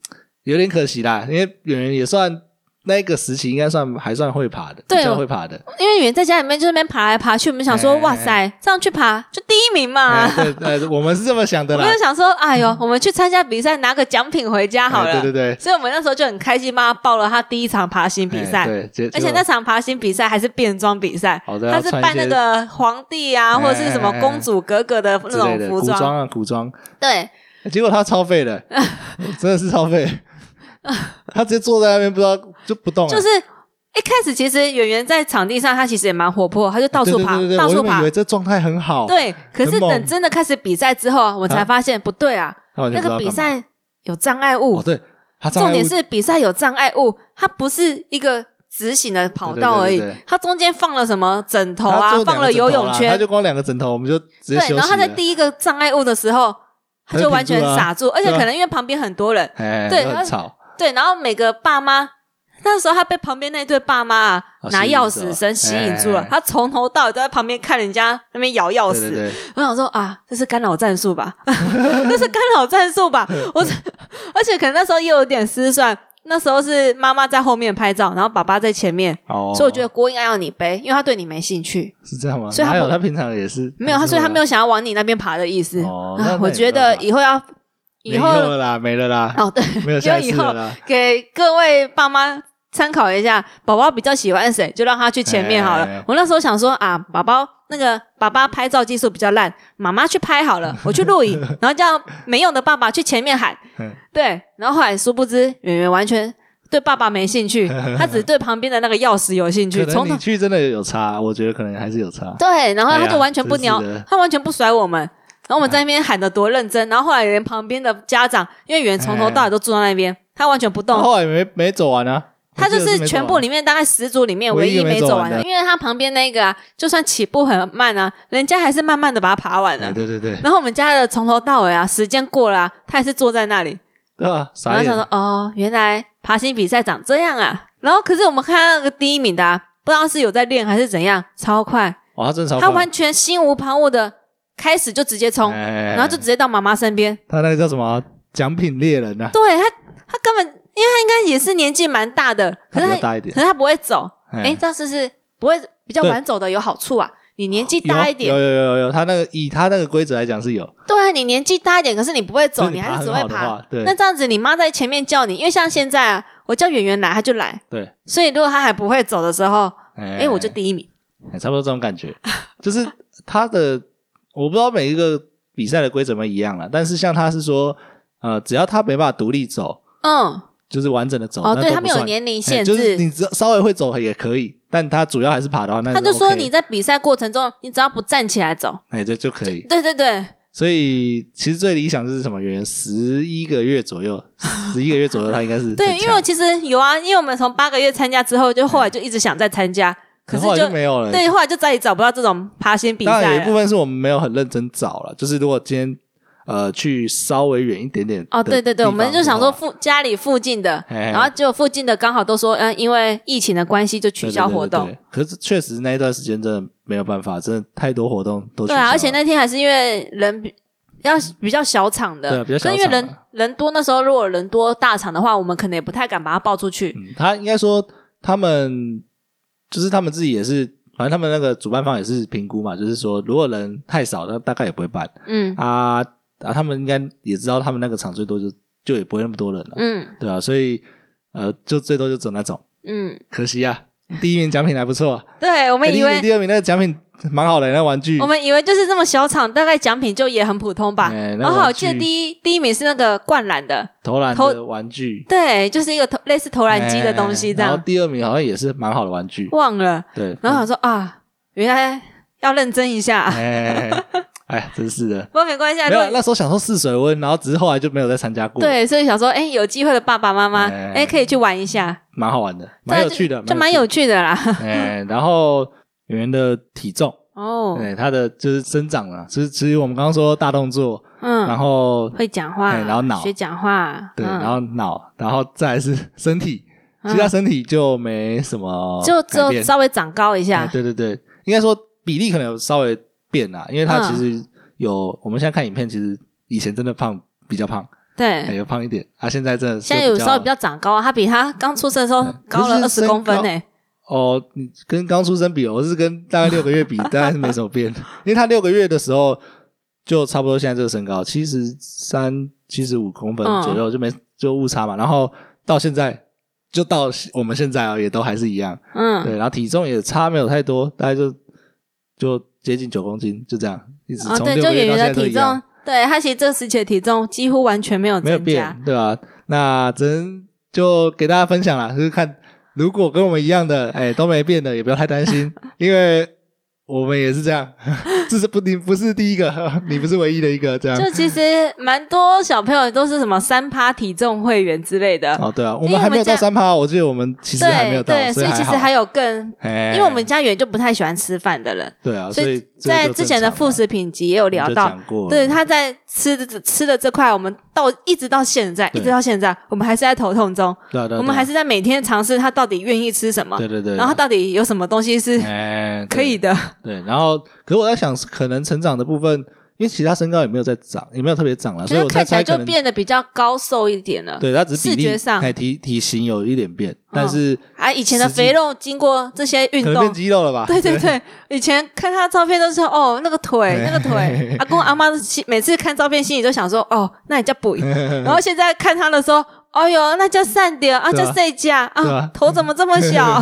Speaker 1: 有点可惜啦，因为演员也算那个时期应该算还算会爬的，
Speaker 2: 对哦
Speaker 1: 比较
Speaker 2: 我
Speaker 1: 会爬的。
Speaker 2: 因为你们在家里面就在那边爬来爬去，我们想说，
Speaker 1: 哎
Speaker 2: 哇塞，上去爬就第一名嘛。
Speaker 1: 哎 对，呃，我们是这么想的
Speaker 2: 啊我
Speaker 1: 啦
Speaker 2: 们。就想说，哎呦，我们去参加比赛拿个奖品回家好了。
Speaker 1: 哎对对对，
Speaker 2: 所以我们那时候就很开心，帮他报了他第一场爬行比赛。
Speaker 1: 哎对，结
Speaker 2: 而且
Speaker 1: 结果
Speaker 2: 那场爬行比赛还是变装比赛，
Speaker 1: 好的
Speaker 2: 他是
Speaker 1: 要穿一
Speaker 2: 扮那
Speaker 1: 些
Speaker 2: 个皇帝啊，或者是什么
Speaker 1: 哎哎哎
Speaker 2: 公主格格的那
Speaker 1: 之类
Speaker 2: 种
Speaker 1: 的
Speaker 2: 服
Speaker 1: 古
Speaker 2: 装，
Speaker 1: 装啊，古装，哎
Speaker 2: 对，
Speaker 1: 结果他超废的，真的是超 废，他直接坐在那边不知道就不动了，
Speaker 2: 就是一开始其实演员在场地上，他其实也蛮活泼，他就到
Speaker 1: 对
Speaker 2: 处
Speaker 1: 对
Speaker 2: 爬，
Speaker 1: 对对对，
Speaker 2: 到
Speaker 1: 我
Speaker 2: 处
Speaker 1: 原本
Speaker 2: 爬
Speaker 1: 以为，这状态很好，，
Speaker 2: 对。可是
Speaker 1: 很猛
Speaker 2: 等真的开始比赛之后啊，我才
Speaker 1: 啊
Speaker 2: 发现不对啊，
Speaker 1: 他完
Speaker 2: 那
Speaker 1: 全不知道
Speaker 2: 个
Speaker 1: 干嘛
Speaker 2: 比赛有障碍物，
Speaker 1: 哦，对，他障
Speaker 2: 重
Speaker 1: 碍
Speaker 2: 点
Speaker 1: 物
Speaker 2: 是比赛有障碍物，它不是一个直行的跑道而已，
Speaker 1: 对对对对
Speaker 2: 它中间放了什么枕头
Speaker 1: 他
Speaker 2: 啊
Speaker 1: 就，两个
Speaker 2: 放了游
Speaker 1: 枕头
Speaker 2: 泳
Speaker 1: 啦
Speaker 2: 圈
Speaker 1: 他，就光两个枕头，我们就直接
Speaker 2: 对，
Speaker 1: 休息
Speaker 2: 然后他在
Speaker 1: 了
Speaker 2: 第一个障碍物的时候，他就完全傻住，
Speaker 1: 啊
Speaker 2: 而且可能因为旁边很多人，
Speaker 1: 哎，
Speaker 2: 对
Speaker 1: 就
Speaker 2: 他
Speaker 1: 很吵，
Speaker 2: 对，然后每个爸妈。那时候他被旁边那对爸妈啊
Speaker 1: 啊
Speaker 2: 拿
Speaker 1: 吸引
Speaker 2: 钥
Speaker 1: 住
Speaker 2: 匙
Speaker 1: 了
Speaker 2: 声吸引住
Speaker 1: 哎哎
Speaker 2: 了
Speaker 1: 哎，
Speaker 2: 他从头到尾都在旁边看人家那边摇钥
Speaker 1: 对对
Speaker 2: 匙。
Speaker 1: 对，
Speaker 2: 我想说啊，这是干扰战术吧？ 这是干扰战 术吧？我而且可能那时候也有点失算，那时候是妈妈在后面拍照，然后爸爸在前面，
Speaker 1: 哦，
Speaker 2: 所以我觉得锅应该要你背，因为他对你没兴趣。
Speaker 1: 是这样吗？
Speaker 2: 所以他
Speaker 1: 哪有
Speaker 2: 不
Speaker 1: 他平常也是
Speaker 2: 没有他，所以他没
Speaker 1: 有
Speaker 2: 有想要往你那边爬的意思。
Speaker 1: 哦那
Speaker 2: 啊
Speaker 1: 那
Speaker 2: 我
Speaker 1: 也
Speaker 2: 觉
Speaker 1: 没
Speaker 2: 得
Speaker 1: 办法
Speaker 2: 以后要以后
Speaker 1: 了啦，啊没了啦，
Speaker 2: 哦，对，
Speaker 1: 没有
Speaker 2: 就
Speaker 1: 下一
Speaker 2: 以
Speaker 1: 次
Speaker 2: 后
Speaker 1: 了啦。
Speaker 2: 给各位爸妈参考一下，宝宝比较喜欢谁，就让他去前面好了。
Speaker 1: 哎哎哎
Speaker 2: 我那时候想说啊，宝宝那个爸爸拍照技术比较烂，妈妈去拍 好了，我去录影，然后叫没用的爸爸去前面喊
Speaker 1: 嗯，
Speaker 2: 对，然后后来殊不知圆圆完全。对爸爸没兴趣，他只对旁边的那个钥匙有兴趣。
Speaker 1: 可
Speaker 2: 从
Speaker 1: 能
Speaker 2: 头
Speaker 1: 你去真的有差，我觉得可能还是有差。
Speaker 2: 对，然后
Speaker 1: 哎
Speaker 2: 他
Speaker 1: 呀
Speaker 2: 就完全不鸟，
Speaker 1: 真是的
Speaker 2: 他完全不甩我们。然后我们在那边喊的多认真，然后后来连旁边的家长，因为圆圆从头到尾都坐在那边，他完全不动
Speaker 1: 他，后来没没走完啊，
Speaker 2: 他就
Speaker 1: 哦我记得
Speaker 2: 是
Speaker 1: 没走
Speaker 2: 全
Speaker 1: 完
Speaker 2: 部里面大概十组里面
Speaker 1: 唯
Speaker 2: 唯
Speaker 1: 一一
Speaker 2: 一
Speaker 1: 个
Speaker 2: 没
Speaker 1: 没走
Speaker 2: 走
Speaker 1: 完
Speaker 2: 完的，
Speaker 1: 的
Speaker 2: 因为他旁边那个啊，就算起步很慢啊，人家还是慢慢的把它爬完了、
Speaker 1: 哎对对对，
Speaker 2: 然后我们家的从头到尾啊，时间过了、啊，他还是坐在那里，
Speaker 1: 对吧？
Speaker 2: 然
Speaker 1: 傻
Speaker 2: 后想说
Speaker 1: 眼，
Speaker 2: 哦，原来爬行比赛长这样啊。然后可是我们看到那个第一名的、啊，不知道是有在练还是怎样，超快，
Speaker 1: 哇，哦他真的超
Speaker 2: 他
Speaker 1: 快
Speaker 2: 完全心无旁骛的开始就直接冲，
Speaker 1: 哎
Speaker 2: 然后就直接到妈妈身边。
Speaker 1: 他那个叫什么啊奖品猎人啊呐，
Speaker 2: 对他，他根本因为他应该也是年纪蛮大的，可
Speaker 1: 他
Speaker 2: 是
Speaker 1: 比
Speaker 2: 他
Speaker 1: 较大一点
Speaker 2: 可，是他不会走，
Speaker 1: 哎
Speaker 2: 哎，这样是不是不会比较
Speaker 1: 对
Speaker 2: 晚走的有好处啊？你年纪大一
Speaker 1: 有
Speaker 2: 点，
Speaker 1: 有有有有，他那个以他那个规则来讲是有，
Speaker 2: 对啊，你年纪大一点，可是你不会走，
Speaker 1: 就是
Speaker 2: 还是只
Speaker 1: 很
Speaker 2: 会
Speaker 1: 好的
Speaker 2: 爬
Speaker 1: 话。，对
Speaker 2: 那这样子，你妈在前面叫你，因为像现在啊，我叫圆圆来，她就来。
Speaker 1: 对，
Speaker 2: 所以如果她还不会走的时候，
Speaker 1: 哎
Speaker 2: 哎，我就第一名。
Speaker 1: 哎差不多这种感觉，就是他的我不知道每一个比赛的规则们一样了，但是像他是说，呃，只要他没办法独立走，
Speaker 2: 嗯，
Speaker 1: 就是完整的走，
Speaker 2: 哦，
Speaker 1: 那
Speaker 2: 对，
Speaker 1: 都
Speaker 2: 他
Speaker 1: 不
Speaker 2: 们有
Speaker 1: 算
Speaker 2: 年龄
Speaker 1: 哎
Speaker 2: 限
Speaker 1: 就是
Speaker 2: 制。
Speaker 1: 你只要稍微会走也可以，但他主要还是爬的话，那
Speaker 2: 他就说
Speaker 1: OK
Speaker 2: 你在比赛过程中，你只要不站起来走，
Speaker 1: 哎这就可以。
Speaker 2: 对对对，
Speaker 1: 所以其实最理想就是什么原因？十一个月左右，十一个月左右他应该是
Speaker 2: 对，
Speaker 1: 很
Speaker 2: 因为我
Speaker 1: 强
Speaker 2: 其实有啊，因为我们从八个月参加之后，就后来就一直想再参加，可是
Speaker 1: 嗯后来
Speaker 2: 就
Speaker 1: 就没有了。
Speaker 2: 对，后来就再也找不到这种爬行比
Speaker 1: 当然
Speaker 2: 赛
Speaker 1: 有一部
Speaker 2: 了。
Speaker 1: 分是我们没有很认真找了，就是如果今天呃去稍微远一点点
Speaker 2: 哦，
Speaker 1: 的
Speaker 2: 对对对，
Speaker 1: 地
Speaker 2: 我们
Speaker 1: 方
Speaker 2: 就
Speaker 1: 的
Speaker 2: 想说
Speaker 1: 话
Speaker 2: 附家里附近的，
Speaker 1: 嘿嘿
Speaker 2: 然后结果附近的刚好都说，嗯，因为疫情的关系就取消活动。
Speaker 1: 对对对对对可是确实那一段时间真的没有办法，真的太多活动都取消
Speaker 2: 对
Speaker 1: 了
Speaker 2: 啊，而且那天还是因为人比要比较小场的，
Speaker 1: 对啊比较小
Speaker 2: 可是因为
Speaker 1: 场
Speaker 2: 人
Speaker 1: 啊
Speaker 2: 人多，那时候如果人多大场的话，我们可能也不太敢把它抱出去。
Speaker 1: 嗯他应该说他们就是他们自己也是，反正他们那个主办方也是评估嘛，就是说如果人太少，那大概也不会办
Speaker 2: 嗯
Speaker 1: 啊啊，他们应该也知道他们那个场最多就就也不会那么多人了，
Speaker 2: 嗯
Speaker 1: 对啊，所以呃就最多就走那种，
Speaker 2: 嗯，
Speaker 1: 可惜啊，第一名奖品还不错、啊。
Speaker 2: 对，我
Speaker 1: 欸
Speaker 2: 们
Speaker 1: 第一
Speaker 2: 以
Speaker 1: 名
Speaker 2: 为
Speaker 1: 第二名那个奖品蛮好的，那玩具
Speaker 2: 我们以为就是这么小场，大概奖品就也很普通吧。
Speaker 1: 哎那
Speaker 2: 然后
Speaker 1: 玩
Speaker 2: 我记得
Speaker 1: 具
Speaker 2: 哦第一第一名是那个灌篮的，
Speaker 1: 投篮
Speaker 2: 投
Speaker 1: 的玩具，
Speaker 2: 对，就是一个投类似投
Speaker 1: 投
Speaker 2: 篮机的东西这
Speaker 1: 哎
Speaker 2: 样。
Speaker 1: 然后第二名好像也是蛮好的玩具，
Speaker 2: 忘了，
Speaker 1: 对。
Speaker 2: 然后想说、啊，原来要认真一下，
Speaker 1: 哎，哎，真是的，
Speaker 2: 不过没关系啊，
Speaker 1: 没
Speaker 2: 如
Speaker 1: 有。
Speaker 2: 果
Speaker 1: 那时候想说试水温，然后只是后来就没有再参加过，，
Speaker 2: 对，所以想说，哎，有机会的爸爸妈妈，
Speaker 1: 哎
Speaker 2: 哎，可以去玩一下，
Speaker 1: 蛮好玩的，蛮有趣的，
Speaker 2: 就蛮有趣的 啦。
Speaker 1: 趣的。哎，然后演员的体重，
Speaker 2: 哦，
Speaker 1: 对他的就是生长了，其实其实我们刚刚说大动作，然
Speaker 2: 嗯，
Speaker 1: 后
Speaker 2: 会讲话，
Speaker 1: 哎然后脑
Speaker 2: 学讲话，
Speaker 1: 对，
Speaker 2: 嗯
Speaker 1: 然后脑，然后再来是身体，其他身体就没什么
Speaker 2: 嗯
Speaker 1: 改
Speaker 2: 就
Speaker 1: 变，
Speaker 2: 只有稍微长高一
Speaker 1: 哎
Speaker 2: 下，
Speaker 1: 对对对，应该说比例可能有稍微变啦，因为他
Speaker 2: 嗯
Speaker 1: 其实有、我们现在看影片，其实以前真的胖比较胖，哎
Speaker 2: 对，
Speaker 1: 有胖一点啊，现在真的是
Speaker 2: 嗯现在有时候比
Speaker 1: 比较嗯
Speaker 2: 较长高啊，他比他刚出生的时候高了
Speaker 1: 可
Speaker 2: 二
Speaker 1: 是身
Speaker 2: 十公分呢、
Speaker 1: 哦，你跟刚出生比，哦我是跟大概六个月比，大概是没什么变，因为他六个月的时候就差不多现在这个身高，七十三、七十五公分
Speaker 2: 嗯
Speaker 1: 左右，就没就误差嘛，然后到现在。就到我们现在啊，也都还是一样，
Speaker 2: 嗯，
Speaker 1: 对，然后体重也差没有太多，大概就就接近九公斤，就这样，一直
Speaker 2: 啊，
Speaker 1: 从
Speaker 2: 对，
Speaker 1: 六
Speaker 2: 就
Speaker 1: 个
Speaker 2: 演
Speaker 1: 月到
Speaker 2: 员
Speaker 1: 现
Speaker 2: 的
Speaker 1: 在都
Speaker 2: 体
Speaker 1: 一样
Speaker 2: 重，，对他其实这时期的体重几乎完全没有
Speaker 1: 没有
Speaker 2: 增加
Speaker 1: 变，，对吧、那只能就给大家分享啦，就是看如果跟我们一样的，哎，都没变的，也不要太担 心，因为我们也是这样， 这是不你不是第一个， 你不是唯一的一个这样。
Speaker 2: 就其实蛮多小朋友都是什么三趴体重会员之类的，
Speaker 1: 哦，对啊，我
Speaker 2: 因为
Speaker 1: 们还没有
Speaker 2: 我们这
Speaker 1: 到
Speaker 2: 样
Speaker 1: 三趴，我记得我们其实还没有
Speaker 2: 对
Speaker 1: 到，
Speaker 2: 对，所
Speaker 1: 所
Speaker 2: 以其实
Speaker 1: 还
Speaker 2: 还
Speaker 1: 好，
Speaker 2: 有更，
Speaker 1: 哎
Speaker 2: 因为我们家园就不太喜欢吃饭的人，
Speaker 1: 对啊，
Speaker 2: 所
Speaker 1: 以
Speaker 2: 以
Speaker 1: 这个
Speaker 2: 在
Speaker 1: 就
Speaker 2: 之前
Speaker 1: 正
Speaker 2: 的
Speaker 1: 常
Speaker 2: 副
Speaker 1: 嘛
Speaker 2: 食品集也有聊
Speaker 1: 我们就
Speaker 2: 到，
Speaker 1: 讲过了
Speaker 2: 对，他在吃的吃的这块，我们到一直到现在，
Speaker 1: 对
Speaker 2: 一直到现在，我们还是在头痛中，
Speaker 1: 对啊对啊，
Speaker 2: 我们
Speaker 1: 对啊
Speaker 2: 还是在每天尝试他到底愿意吃什么，
Speaker 1: 对对对，
Speaker 2: 然后他到底有什么东西 是
Speaker 1: 哎
Speaker 2: 可以的，
Speaker 1: 对，对然后可是我在想，可能成长的部分，因为其他身高也没有在长，也没有特别长了，啊所
Speaker 2: 就
Speaker 1: 以
Speaker 2: 是
Speaker 1: 我才
Speaker 2: 看起来
Speaker 1: 猜
Speaker 2: 就
Speaker 1: 可能
Speaker 2: 变得比较高瘦一点了。
Speaker 1: 对，它只是比例
Speaker 2: 视觉上
Speaker 1: 哎体体型有一点变，但是
Speaker 2: 啊，以前的
Speaker 1: 实际
Speaker 2: 肥肉经过这些运
Speaker 1: 可能
Speaker 2: 动
Speaker 1: 变，肌肉了吧？
Speaker 2: 对对对，以前看他的照片都是哦，那个腿，那个 腿。阿公阿妈心每次看照片，心里都想说哦，那也叫补。 然后现在看他的时候，哎呦，那叫散点啊，
Speaker 1: 对啊
Speaker 2: 叫睡觉
Speaker 1: 对
Speaker 2: 啊
Speaker 1: 啊，
Speaker 2: 头怎么这么 小？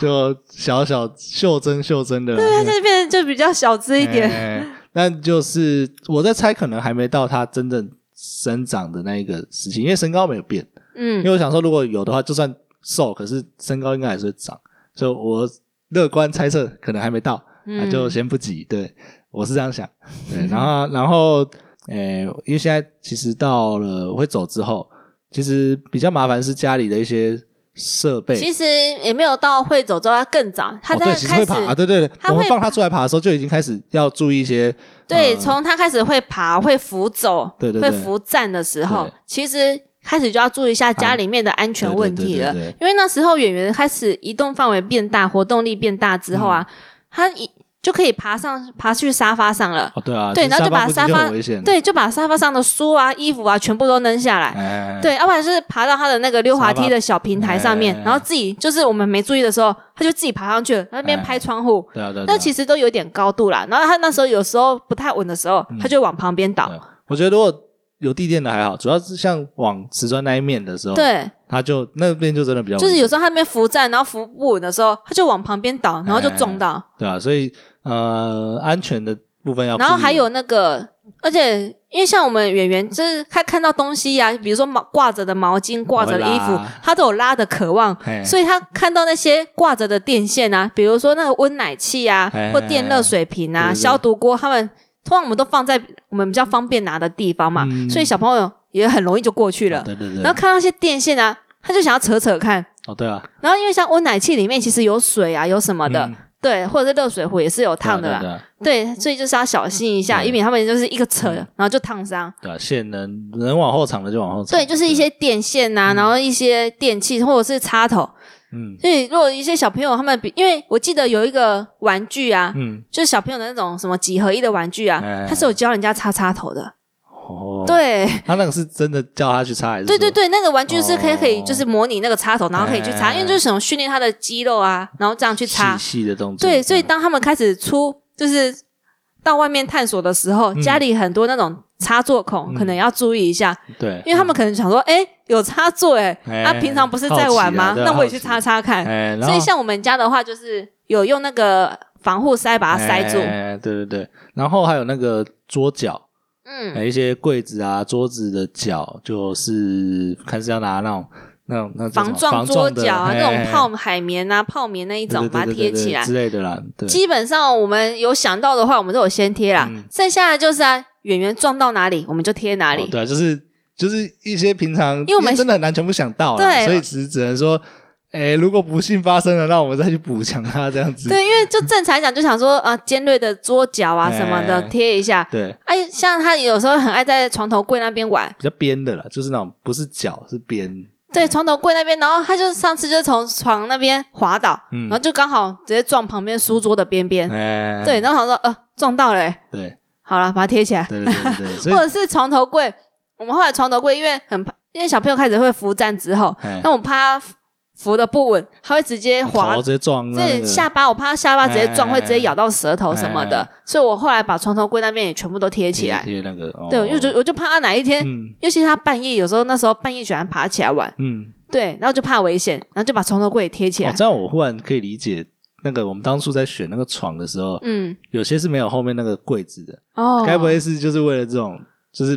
Speaker 1: 就小小袖珍袖珍的，
Speaker 2: 对，
Speaker 1: 对
Speaker 2: 他这边就比较小只一
Speaker 1: 哎
Speaker 2: 点。
Speaker 1: 但就是我在猜，可能还没到它真正生长的那一个时期，因为身高没有变。因
Speaker 2: 嗯，
Speaker 1: 为我想说，如果有的话，就算瘦，可是身高应该还是会长，所以我乐观猜测可能还没到，
Speaker 2: 嗯
Speaker 1: 啊，就先不急。对，我是这样想。 对，然后然后，诶、因为现在其实到了会走之后，其实比较麻烦是家里的一些设备。
Speaker 2: 其实也没有到会走之后，他更早，他
Speaker 1: 哦
Speaker 2: 在
Speaker 1: 对，其实
Speaker 2: 开
Speaker 1: 会
Speaker 2: 始
Speaker 1: 爬啊，对对对，
Speaker 2: 他
Speaker 1: 我们
Speaker 2: 会
Speaker 1: 放他出来爬的时候就已经开始要注意一些，
Speaker 2: 对，
Speaker 1: 呃
Speaker 2: 从他开始会爬、会扶走、
Speaker 1: 对对
Speaker 2: 会
Speaker 1: 对
Speaker 2: 扶站的时候
Speaker 1: 对，
Speaker 2: 其实开始就要注意一下家里面的安全问题了
Speaker 1: 对对对对，
Speaker 2: 因为那时候演员开始移动范围变大、活动力变大之后啊，
Speaker 1: 嗯
Speaker 2: 他一就可以爬上、爬去沙发上了。
Speaker 1: 哦对啊，
Speaker 2: 对
Speaker 1: 其实
Speaker 2: 然后就把
Speaker 1: 附近
Speaker 2: 沙
Speaker 1: 就很
Speaker 2: 发
Speaker 1: 危险，，
Speaker 2: 对，就把沙发上的书啊、衣服啊全部都扔下来。
Speaker 1: 哎，
Speaker 2: 对，要不然就是爬到他的那个溜滑
Speaker 1: 沙
Speaker 2: 梯
Speaker 1: 发
Speaker 2: 的小平台上面
Speaker 1: 哎，
Speaker 2: 然后自己就是我们没注意的时候，他就自己爬上去了，他那边
Speaker 1: 哎
Speaker 2: 拍窗户，
Speaker 1: 对啊对啊，
Speaker 2: 那
Speaker 1: 对啊
Speaker 2: 其实都有点高度啦。然后他那时候有时候不太稳的时候，
Speaker 1: 嗯
Speaker 2: 他就往旁边倒。
Speaker 1: 对我觉得如果有地垫的还好，主要是像往瓷砖那一面的时候，
Speaker 2: 对，
Speaker 1: 他就那边就真的比较危险，
Speaker 2: 就是有时候他那边扶站，然后扶不稳的时候，他就往旁边
Speaker 1: 哎
Speaker 2: 倒，然后就撞到。
Speaker 1: 对啊，所以呃，安全的部分要注意，啊
Speaker 2: 然后还有那个，而且因为像我们演员，就是他看到东西呀、比如说毛挂着的毛巾、挂着的衣
Speaker 1: 会
Speaker 2: 服
Speaker 1: 拉，哎
Speaker 2: 他都有拉的渴望。
Speaker 1: 嘿，
Speaker 2: 所以他看到那些挂着的电线啊，比如说那个温奶器啊
Speaker 1: 哎，
Speaker 2: 或电热水瓶
Speaker 1: 对
Speaker 2: 啊、
Speaker 1: 对对
Speaker 2: 消毒锅，他们通常我们都放在我们比较方便拿的地方嘛，
Speaker 1: 嗯
Speaker 2: 所以小朋友也很容易就过去了
Speaker 1: 哦。对对对，
Speaker 2: 然后看到那些电线啊，他就想要扯扯看。
Speaker 1: 哦对啊，
Speaker 2: 然后因为像温奶器里面其实有水啊，有什么的，
Speaker 1: 嗯
Speaker 2: 对，或者是热水壶也是有烫的
Speaker 1: 对啊
Speaker 2: 啦，
Speaker 1: 对啊
Speaker 2: 对，所以就是要小心一下，
Speaker 1: 对嗯
Speaker 2: 以免他们就是一个扯，然后就烫伤。
Speaker 1: 对啊，线能能往后藏的就往后藏，
Speaker 2: 对，就是一些电线呐、然后一些电器或者是插头。
Speaker 1: 嗯
Speaker 2: 所以如果一些小朋友他们比，因为我记得有一个玩具啊，
Speaker 1: 嗯
Speaker 2: 就是小朋友的那种什么几合一的玩具啊，
Speaker 1: 哎
Speaker 2: 它是有教人家插插头的。
Speaker 1: 哦，
Speaker 2: 对，
Speaker 1: 他那个是真的叫他去插还是
Speaker 2: 对对
Speaker 1: 说
Speaker 2: 对，那个玩具是可以可以
Speaker 1: 哦
Speaker 2: 就是模拟那个插头，然后可以去插，
Speaker 1: 哎
Speaker 2: 因为就是想训练他的肌肉啊，然后这样去插
Speaker 1: 细。细的动作，
Speaker 2: 对，所以
Speaker 1: 嗯
Speaker 2: 当他们开始出就是到外面探索的时候，
Speaker 1: 嗯
Speaker 2: 家里很多那种插座孔、
Speaker 1: 嗯
Speaker 2: 可能要注意一下，
Speaker 1: 对，
Speaker 2: 因为他们可能想说，哎、有插座哎、
Speaker 1: 哎
Speaker 2: 啊，平常不是在玩吗？
Speaker 1: 好奇啊对啊
Speaker 2: 那我也去
Speaker 1: 好奇
Speaker 2: 插插看。
Speaker 1: 哎，然后
Speaker 2: 所以像我们家的话，就是有用那个防护塞把啊它塞住。
Speaker 1: 哎对对对，然后还有那个桌角。
Speaker 2: 嗯，
Speaker 1: 哎，一些柜子啊、桌子的角，就是看是要拿那种、那种、那种
Speaker 2: 防撞桌角啊，
Speaker 1: 的
Speaker 2: 那种泡
Speaker 1: 嘿
Speaker 2: 海绵啊、泡棉那
Speaker 1: 嘿
Speaker 2: 一种，
Speaker 1: 对对
Speaker 2: 把它
Speaker 1: 对
Speaker 2: 贴
Speaker 1: 对对
Speaker 2: 起来
Speaker 1: 之。类的啦。对，
Speaker 2: 基本上我们有想到的话，我们都有先贴啦。
Speaker 1: 嗯
Speaker 2: 剩下的就是啊，圆圆撞到哪里，我们就贴哪里。
Speaker 1: 哦对啊，就是就是一些平常，因
Speaker 2: 为我们
Speaker 1: 真的很难全部想到啦，
Speaker 2: 对
Speaker 1: 所以只只能说，哎，如果不幸发生了，那我们再去补强它这样子。
Speaker 2: 对，因为就正常来讲，就想说啊、尖锐的桌角啊
Speaker 1: 哎
Speaker 2: 什么的贴一下。
Speaker 1: 对，
Speaker 2: 哎，像他有时候很爱在床头柜那边玩，
Speaker 1: 比较边的啦，就是那种不是角是边，
Speaker 2: 对，床头柜那边，然后他就上次就从床那边滑倒，
Speaker 1: 嗯
Speaker 2: 然后就刚好直接撞旁边书桌的边边。
Speaker 1: 哎，
Speaker 2: 对，然后想说呃撞到了、欸，
Speaker 1: 对
Speaker 2: 好了，把它贴起来。
Speaker 1: 对对对对，所
Speaker 2: 或
Speaker 1: 以
Speaker 2: 者是床头柜我们后来床头柜因为很怕，因为小朋友开始会扶站之后，
Speaker 1: 哎
Speaker 3: 嘿
Speaker 2: 那我怕他扶的不稳，他会直接滑
Speaker 1: 头直接撞啊那
Speaker 2: 这
Speaker 1: 个
Speaker 2: 下巴，我怕他下巴直接撞，
Speaker 3: 哎
Speaker 2: 会直接咬到舌头什么
Speaker 3: 哎
Speaker 2: 的
Speaker 3: 哎，
Speaker 2: 所以我后来把床头柜那边也全部都贴起来。
Speaker 3: 贴贴那个，哦
Speaker 2: 对，我就觉得我就怕他哪一天，
Speaker 1: 嗯
Speaker 2: 尤其是他半夜，有时候那时候半夜喜欢爬起来玩，
Speaker 1: 嗯，
Speaker 2: 对，然后就怕危险，然后就把床头柜也贴起
Speaker 1: 哦
Speaker 2: 来，。
Speaker 1: 这样我忽然可以理解，那个我们当初在选那个床的时候，
Speaker 2: 嗯，
Speaker 1: 有些是没有后面那个柜子的，
Speaker 2: 哦，
Speaker 1: 该不会是就是为了这种，就是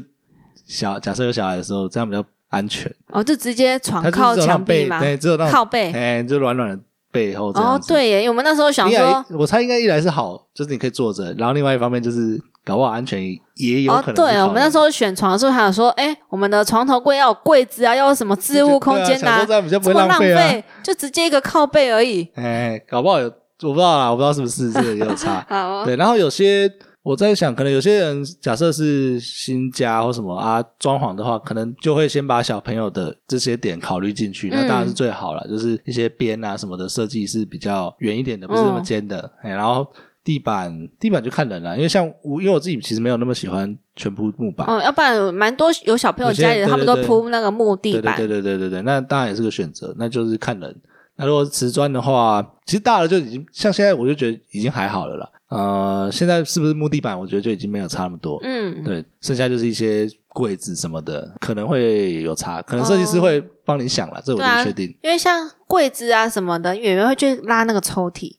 Speaker 1: 小假设有小孩的时候，这样比较安全。
Speaker 2: 哦，就直接床
Speaker 1: 它
Speaker 2: 靠
Speaker 1: 就是只有那
Speaker 2: 墙
Speaker 1: 种
Speaker 2: 壁
Speaker 1: 背，
Speaker 2: 吗？
Speaker 1: 对，只有那种
Speaker 2: 靠背。
Speaker 1: 哎，就软软的背后这
Speaker 2: 哦
Speaker 1: 样，子。
Speaker 2: 对耶，因为我们那时候想
Speaker 1: 一来
Speaker 2: 说，，
Speaker 1: 我猜应该一来是好，就是你可以坐着，然后另外一方面就是搞不好安全也有
Speaker 2: 哦
Speaker 1: 可能是考量。
Speaker 2: 对，我们那时候选床的时候还有说，哎，我们的床头柜要有柜子啊，要有什么置物空间
Speaker 1: 对啊，想说这样比较不
Speaker 2: 这
Speaker 1: 会
Speaker 2: 么浪
Speaker 1: 费啊。，
Speaker 2: 就直接一个靠背而已。。
Speaker 1: 哎，搞不好有，我不知道啦，我不知道是不是这个也有差
Speaker 2: 好哦，
Speaker 1: 对，然后有些我在想，可能有些人假设是新家或什么啊，装潢的话，可能就会先把小朋友的这些点考虑进
Speaker 2: 嗯
Speaker 1: 去，那当然是最好了。就是一些边啊什么的设计是比较圆一点的，不是那么尖的。哎，然后地板地板就看人了，因为像我，因为我自己其实没有那么喜欢全铺木板。
Speaker 2: 哦，要不然蛮多有小朋友
Speaker 1: 有些
Speaker 2: 家里的，
Speaker 1: 对
Speaker 2: 他们
Speaker 1: 对
Speaker 2: 都
Speaker 1: 对
Speaker 2: 铺那个木地
Speaker 1: 对
Speaker 2: 板，
Speaker 1: 对对对对对对，那当然也是个选择，那就是看人。那如果是瓷砖的话，其实大了就已经像现在，我就觉得已经还好了啦。呃，现在是不是木地板？我觉得就已经没有差那么多。
Speaker 2: 嗯，
Speaker 1: 对，剩下就是一些柜子什么的，可能会有差，可能设计师
Speaker 2: 哦
Speaker 1: 会帮你想了，这我就
Speaker 2: 对啊
Speaker 1: 不确定。
Speaker 2: 因为像柜子啊什么的，演员会去拉那个抽屉。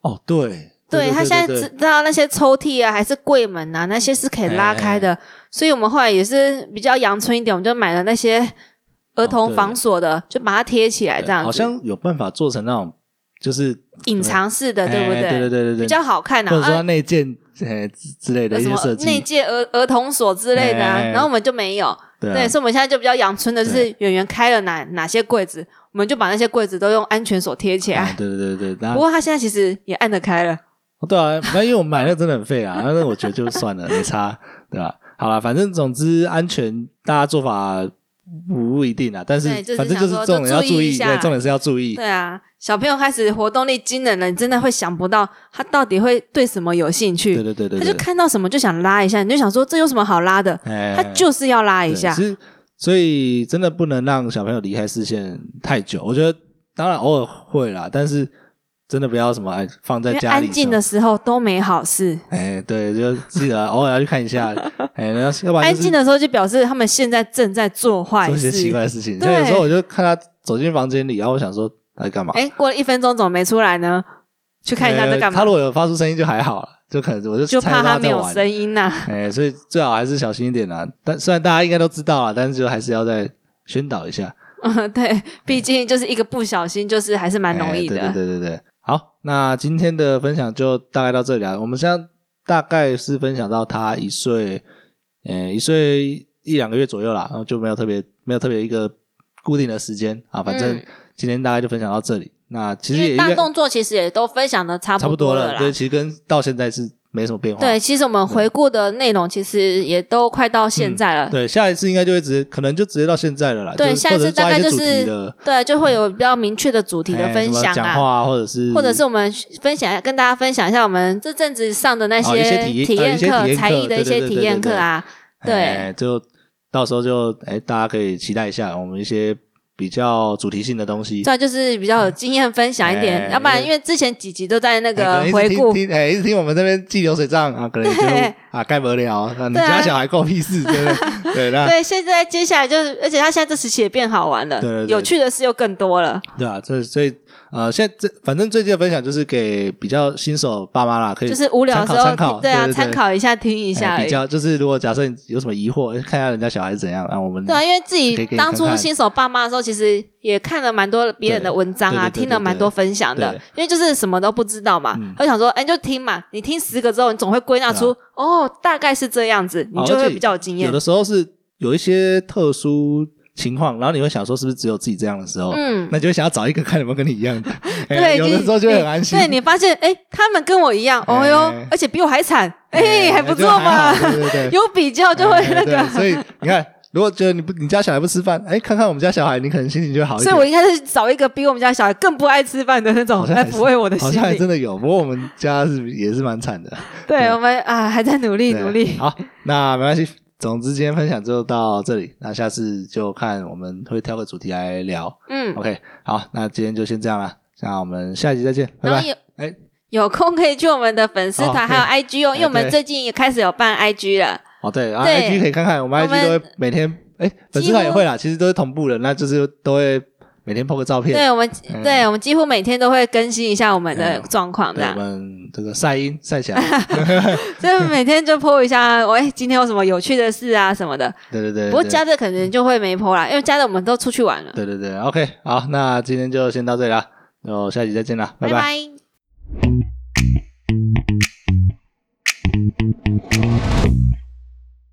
Speaker 1: 哦，对，
Speaker 2: 对他现在
Speaker 1: 对
Speaker 2: 知知道那些抽屉啊，还是柜门啊，那些是可以拉开
Speaker 1: 嗯
Speaker 2: 的，所以我们后来也是比较阳春一点，我们就买了那些儿
Speaker 1: 哦
Speaker 2: 童
Speaker 1: 对
Speaker 2: 防锁的，就把它贴起来
Speaker 1: 对
Speaker 2: 这样子，
Speaker 1: 好像有办法做成那种，就是
Speaker 2: 隐藏式的，呃对不
Speaker 1: 哎对对对对
Speaker 2: 比
Speaker 1: 对，
Speaker 2: 较好看
Speaker 1: 或者说它
Speaker 2: 啊，啊
Speaker 1: 内建呃之之类的
Speaker 2: 有
Speaker 1: 一
Speaker 2: 什
Speaker 1: 些
Speaker 2: 么
Speaker 1: 设计，
Speaker 2: 内界儿儿童锁之类的啊，
Speaker 1: 哎
Speaker 2: 然后我们就没有，
Speaker 1: 对啊
Speaker 2: 对，所以我们现在就比较养春的，就是圆圆开了哪哪些柜子，我们就把那些柜子都用安全锁贴起
Speaker 1: 啊
Speaker 2: 来。
Speaker 1: 对对对对，然
Speaker 2: 不
Speaker 1: 后
Speaker 2: 过他现在其实也按得开了，
Speaker 1: 哦对啊，那因为我买那个真的很费啊， 那我觉得就算了，没差，对吧？好了，反正总之安全大家做法不一定啊，但是
Speaker 2: 对就是
Speaker 1: 反正
Speaker 2: 想
Speaker 1: 就是
Speaker 2: 说
Speaker 1: 重
Speaker 2: 就
Speaker 1: 点要
Speaker 2: 注意
Speaker 1: 注
Speaker 2: 一
Speaker 1: 意，
Speaker 2: 下
Speaker 1: 对，
Speaker 2: 啦
Speaker 1: 重点是要注意，
Speaker 2: 对啊，小朋友开始活动力惊人了，你真的会想不到他到底会对什么有兴
Speaker 1: 对
Speaker 2: 趣，
Speaker 1: 对对对
Speaker 2: 他
Speaker 1: 对
Speaker 2: 就，看到什么就想拉一下，你就想说这有什么好拉的，
Speaker 1: 哎
Speaker 2: 他就是要拉一
Speaker 1: 对
Speaker 2: 下
Speaker 1: 其，实，所以真的不能让小朋友离开视线太久。我觉得，当然偶尔会啦，但是真的不要什么哎放在
Speaker 2: 因为
Speaker 1: 家里
Speaker 2: 安静
Speaker 1: 什么
Speaker 2: 的。时候都没好事，
Speaker 1: 哎，对，就记得偶尔要去看一 下，哎，要要不然
Speaker 2: 安
Speaker 1: 就是
Speaker 2: 静的时候就表示他们现在正在做坏
Speaker 1: 做一些奇怪
Speaker 2: 事。
Speaker 1: 的事情。
Speaker 2: 对
Speaker 1: 像有时候我就看他走进房间里，然后我想说他在干嘛？
Speaker 2: 哎，过了一分钟怎么没出来呢？去看一下在干
Speaker 1: 哎他
Speaker 2: 嘛
Speaker 1: 如，果有发出声音就还好了，就可能我就
Speaker 2: 就
Speaker 1: 猜
Speaker 2: 怕
Speaker 1: 他
Speaker 2: 他没
Speaker 1: 在
Speaker 2: 有
Speaker 1: 玩
Speaker 2: 声音呐。
Speaker 1: 哎，所以最好还是小心一点啦。但虽然大家应该都知道啊，但是就还是要再宣导一下。
Speaker 2: 嗯， 对，毕竟就是一个不小心，就是还是蛮容易的。
Speaker 1: 哎对对对对对，好，那今天的分享就大概到这里啊。我们现在大概是分享到他一岁，呃，一岁一两个月左右啦，然后就没有特别没有特别一个固定的时间啊。反正
Speaker 2: 嗯
Speaker 1: 今天大概就分享到这里。那其
Speaker 2: 因
Speaker 1: 实也
Speaker 2: 为
Speaker 1: 应
Speaker 2: 大
Speaker 1: 该
Speaker 2: 动作其实也都分享的差
Speaker 1: 差不
Speaker 2: 多
Speaker 1: 多
Speaker 2: 了
Speaker 1: 了，
Speaker 2: 啦。
Speaker 1: 对，其实跟到现在是没什么变化。
Speaker 2: 对，其实我们回顾的内容其实也都快到现在了。
Speaker 1: 对，下一次应该就会直接，可能就直接到现在了啦。
Speaker 2: 对
Speaker 1: 就是
Speaker 2: 下一
Speaker 1: 或
Speaker 2: 次
Speaker 1: 者抓
Speaker 2: 大概
Speaker 1: 一些
Speaker 2: 就
Speaker 1: 主
Speaker 2: 是
Speaker 1: 题的
Speaker 2: 对，就会有比较明确的主题的
Speaker 1: 哎
Speaker 2: 分
Speaker 1: 什么
Speaker 2: 享
Speaker 1: 讲
Speaker 2: 啊，
Speaker 1: 话啊，或者是
Speaker 2: 或者是我们分享跟大家分享一下我们这阵子上的那
Speaker 1: 哦一些体验
Speaker 2: 体
Speaker 1: 呃一
Speaker 2: 验
Speaker 1: 些体验
Speaker 2: 才艺
Speaker 1: 课
Speaker 2: 的
Speaker 1: 对
Speaker 2: 一
Speaker 1: 对
Speaker 2: 些
Speaker 1: 对
Speaker 2: 体
Speaker 1: 对
Speaker 2: 验
Speaker 1: 对
Speaker 2: 课啊。对
Speaker 1: 哎就到时候就哎，大家可以期待一下我们一些比较主题性的东西。
Speaker 2: 这样就是比较有经验分享一点，
Speaker 1: 哎
Speaker 2: 要不然因为之前几集都在那
Speaker 1: 哎可
Speaker 2: 个
Speaker 1: 能一直
Speaker 2: 回
Speaker 1: 听
Speaker 2: 顾，
Speaker 1: 听哎，一直听我们这边记流水账啊，可能就
Speaker 2: 对
Speaker 1: 啊盖不了啊，你
Speaker 2: 对啊
Speaker 1: 家小孩关我屁事，对不对？ 对，那
Speaker 2: 对，现在接下来就是，而且他现在这时期也变好玩了，
Speaker 1: 对对对
Speaker 2: 有趣的事又更多了。
Speaker 1: 对啊，所以所以呃，现在这反正最近的分享就是给比较新手爸妈啦，可以
Speaker 2: 就是无聊的时候，
Speaker 1: 参考参考
Speaker 2: 对啊，
Speaker 1: 对对对
Speaker 2: 参考一下，听一
Speaker 1: 一
Speaker 2: 下而
Speaker 1: 比
Speaker 2: 已。
Speaker 1: 较就是如果假设你有什么疑惑，哎看一下人家小孩是怎样，然后我们
Speaker 2: 对啊，因为自己
Speaker 1: 嗯可以给你
Speaker 2: 当
Speaker 1: 看
Speaker 2: 初
Speaker 1: 看
Speaker 2: 新手爸妈的时候，其实也看了蛮多别人的文章啊，
Speaker 1: 对对对对
Speaker 2: 听了蛮多分享的
Speaker 1: 对，嗯
Speaker 2: 因为就是什么都不知道嘛，会想说，哎，就听嘛，你听十个之后，你总会归纳出，哦，大概是这样子，你就
Speaker 1: 哦而
Speaker 2: 会
Speaker 1: 且
Speaker 2: 比较有经验
Speaker 1: 有的。时候是有一些特殊情况，然后你会想说是不是只有自己这样的时候，
Speaker 2: 嗯，
Speaker 1: 那就会想要找一个看有没有跟你一 样的。哎
Speaker 2: 对，
Speaker 1: 有
Speaker 2: 就
Speaker 1: 的
Speaker 2: 是
Speaker 1: 时候就会
Speaker 2: 你
Speaker 1: 很安心。
Speaker 2: 对你发现，哎，他们跟我一样，哦哟
Speaker 1: 哎，
Speaker 2: 而且比我还惨，哎，还不错
Speaker 1: 就还
Speaker 2: 嘛，
Speaker 1: 好对对对，
Speaker 2: 有比较就会
Speaker 1: 哎
Speaker 2: 那个
Speaker 1: 对。所以你看，如果觉得你不你家小孩不吃饭，哎，看看我们家小孩，你可能心情就会好一
Speaker 2: 所
Speaker 1: 点。
Speaker 2: 以我应该是找一个比我们家小孩更不爱吃饭的那种
Speaker 1: 好像
Speaker 2: 来
Speaker 1: 还是
Speaker 2: 抚慰我的心
Speaker 1: 好像还
Speaker 2: 灵。
Speaker 1: 真的有，不过我 们家是也是蛮惨的。
Speaker 2: 对我们啊，还在努力
Speaker 1: 对
Speaker 2: 努力。
Speaker 1: 好，那没关系，总之今天分享就到这里，那下次就看我们会挑个主题来聊。
Speaker 2: 嗯，
Speaker 1: OK，好，那今天就先这样了，那我们下一集再见，拜
Speaker 2: 然后
Speaker 1: 拜。
Speaker 2: 有
Speaker 1: 哎
Speaker 2: 有空可以去我们的粉丝团
Speaker 1: 哦
Speaker 2: 还有 IG 哦，因为我
Speaker 1: 哎对
Speaker 2: 们最近也开始有办 IG 了。
Speaker 1: 哦，对，然后
Speaker 2: 对
Speaker 1: IG 可以看看，我们
Speaker 2: 我
Speaker 1: IG
Speaker 2: 们
Speaker 1: 都会每天，哎，粉丝
Speaker 2: 几乎
Speaker 1: 团也会啦，其实都是同步的，那就是都会每天 po 个照片。
Speaker 2: 对我们
Speaker 1: 嗯，
Speaker 2: 对我们几乎每天都会更新一下我们的
Speaker 1: 嗯
Speaker 2: 状况，这
Speaker 1: 对，我
Speaker 2: 样，
Speaker 1: 们这个晒音晒起来，
Speaker 2: 所以每天就 po 一下，我哎今天有什么有趣的事啊什么的。
Speaker 1: 对对对。
Speaker 2: 不过
Speaker 1: 对
Speaker 2: 加的可能就会没 po 啦，因为加的我们都出去玩了。
Speaker 1: 对对对，OK，好，那今天就先到这里啦，那我下集再见啦，拜拜
Speaker 2: 拜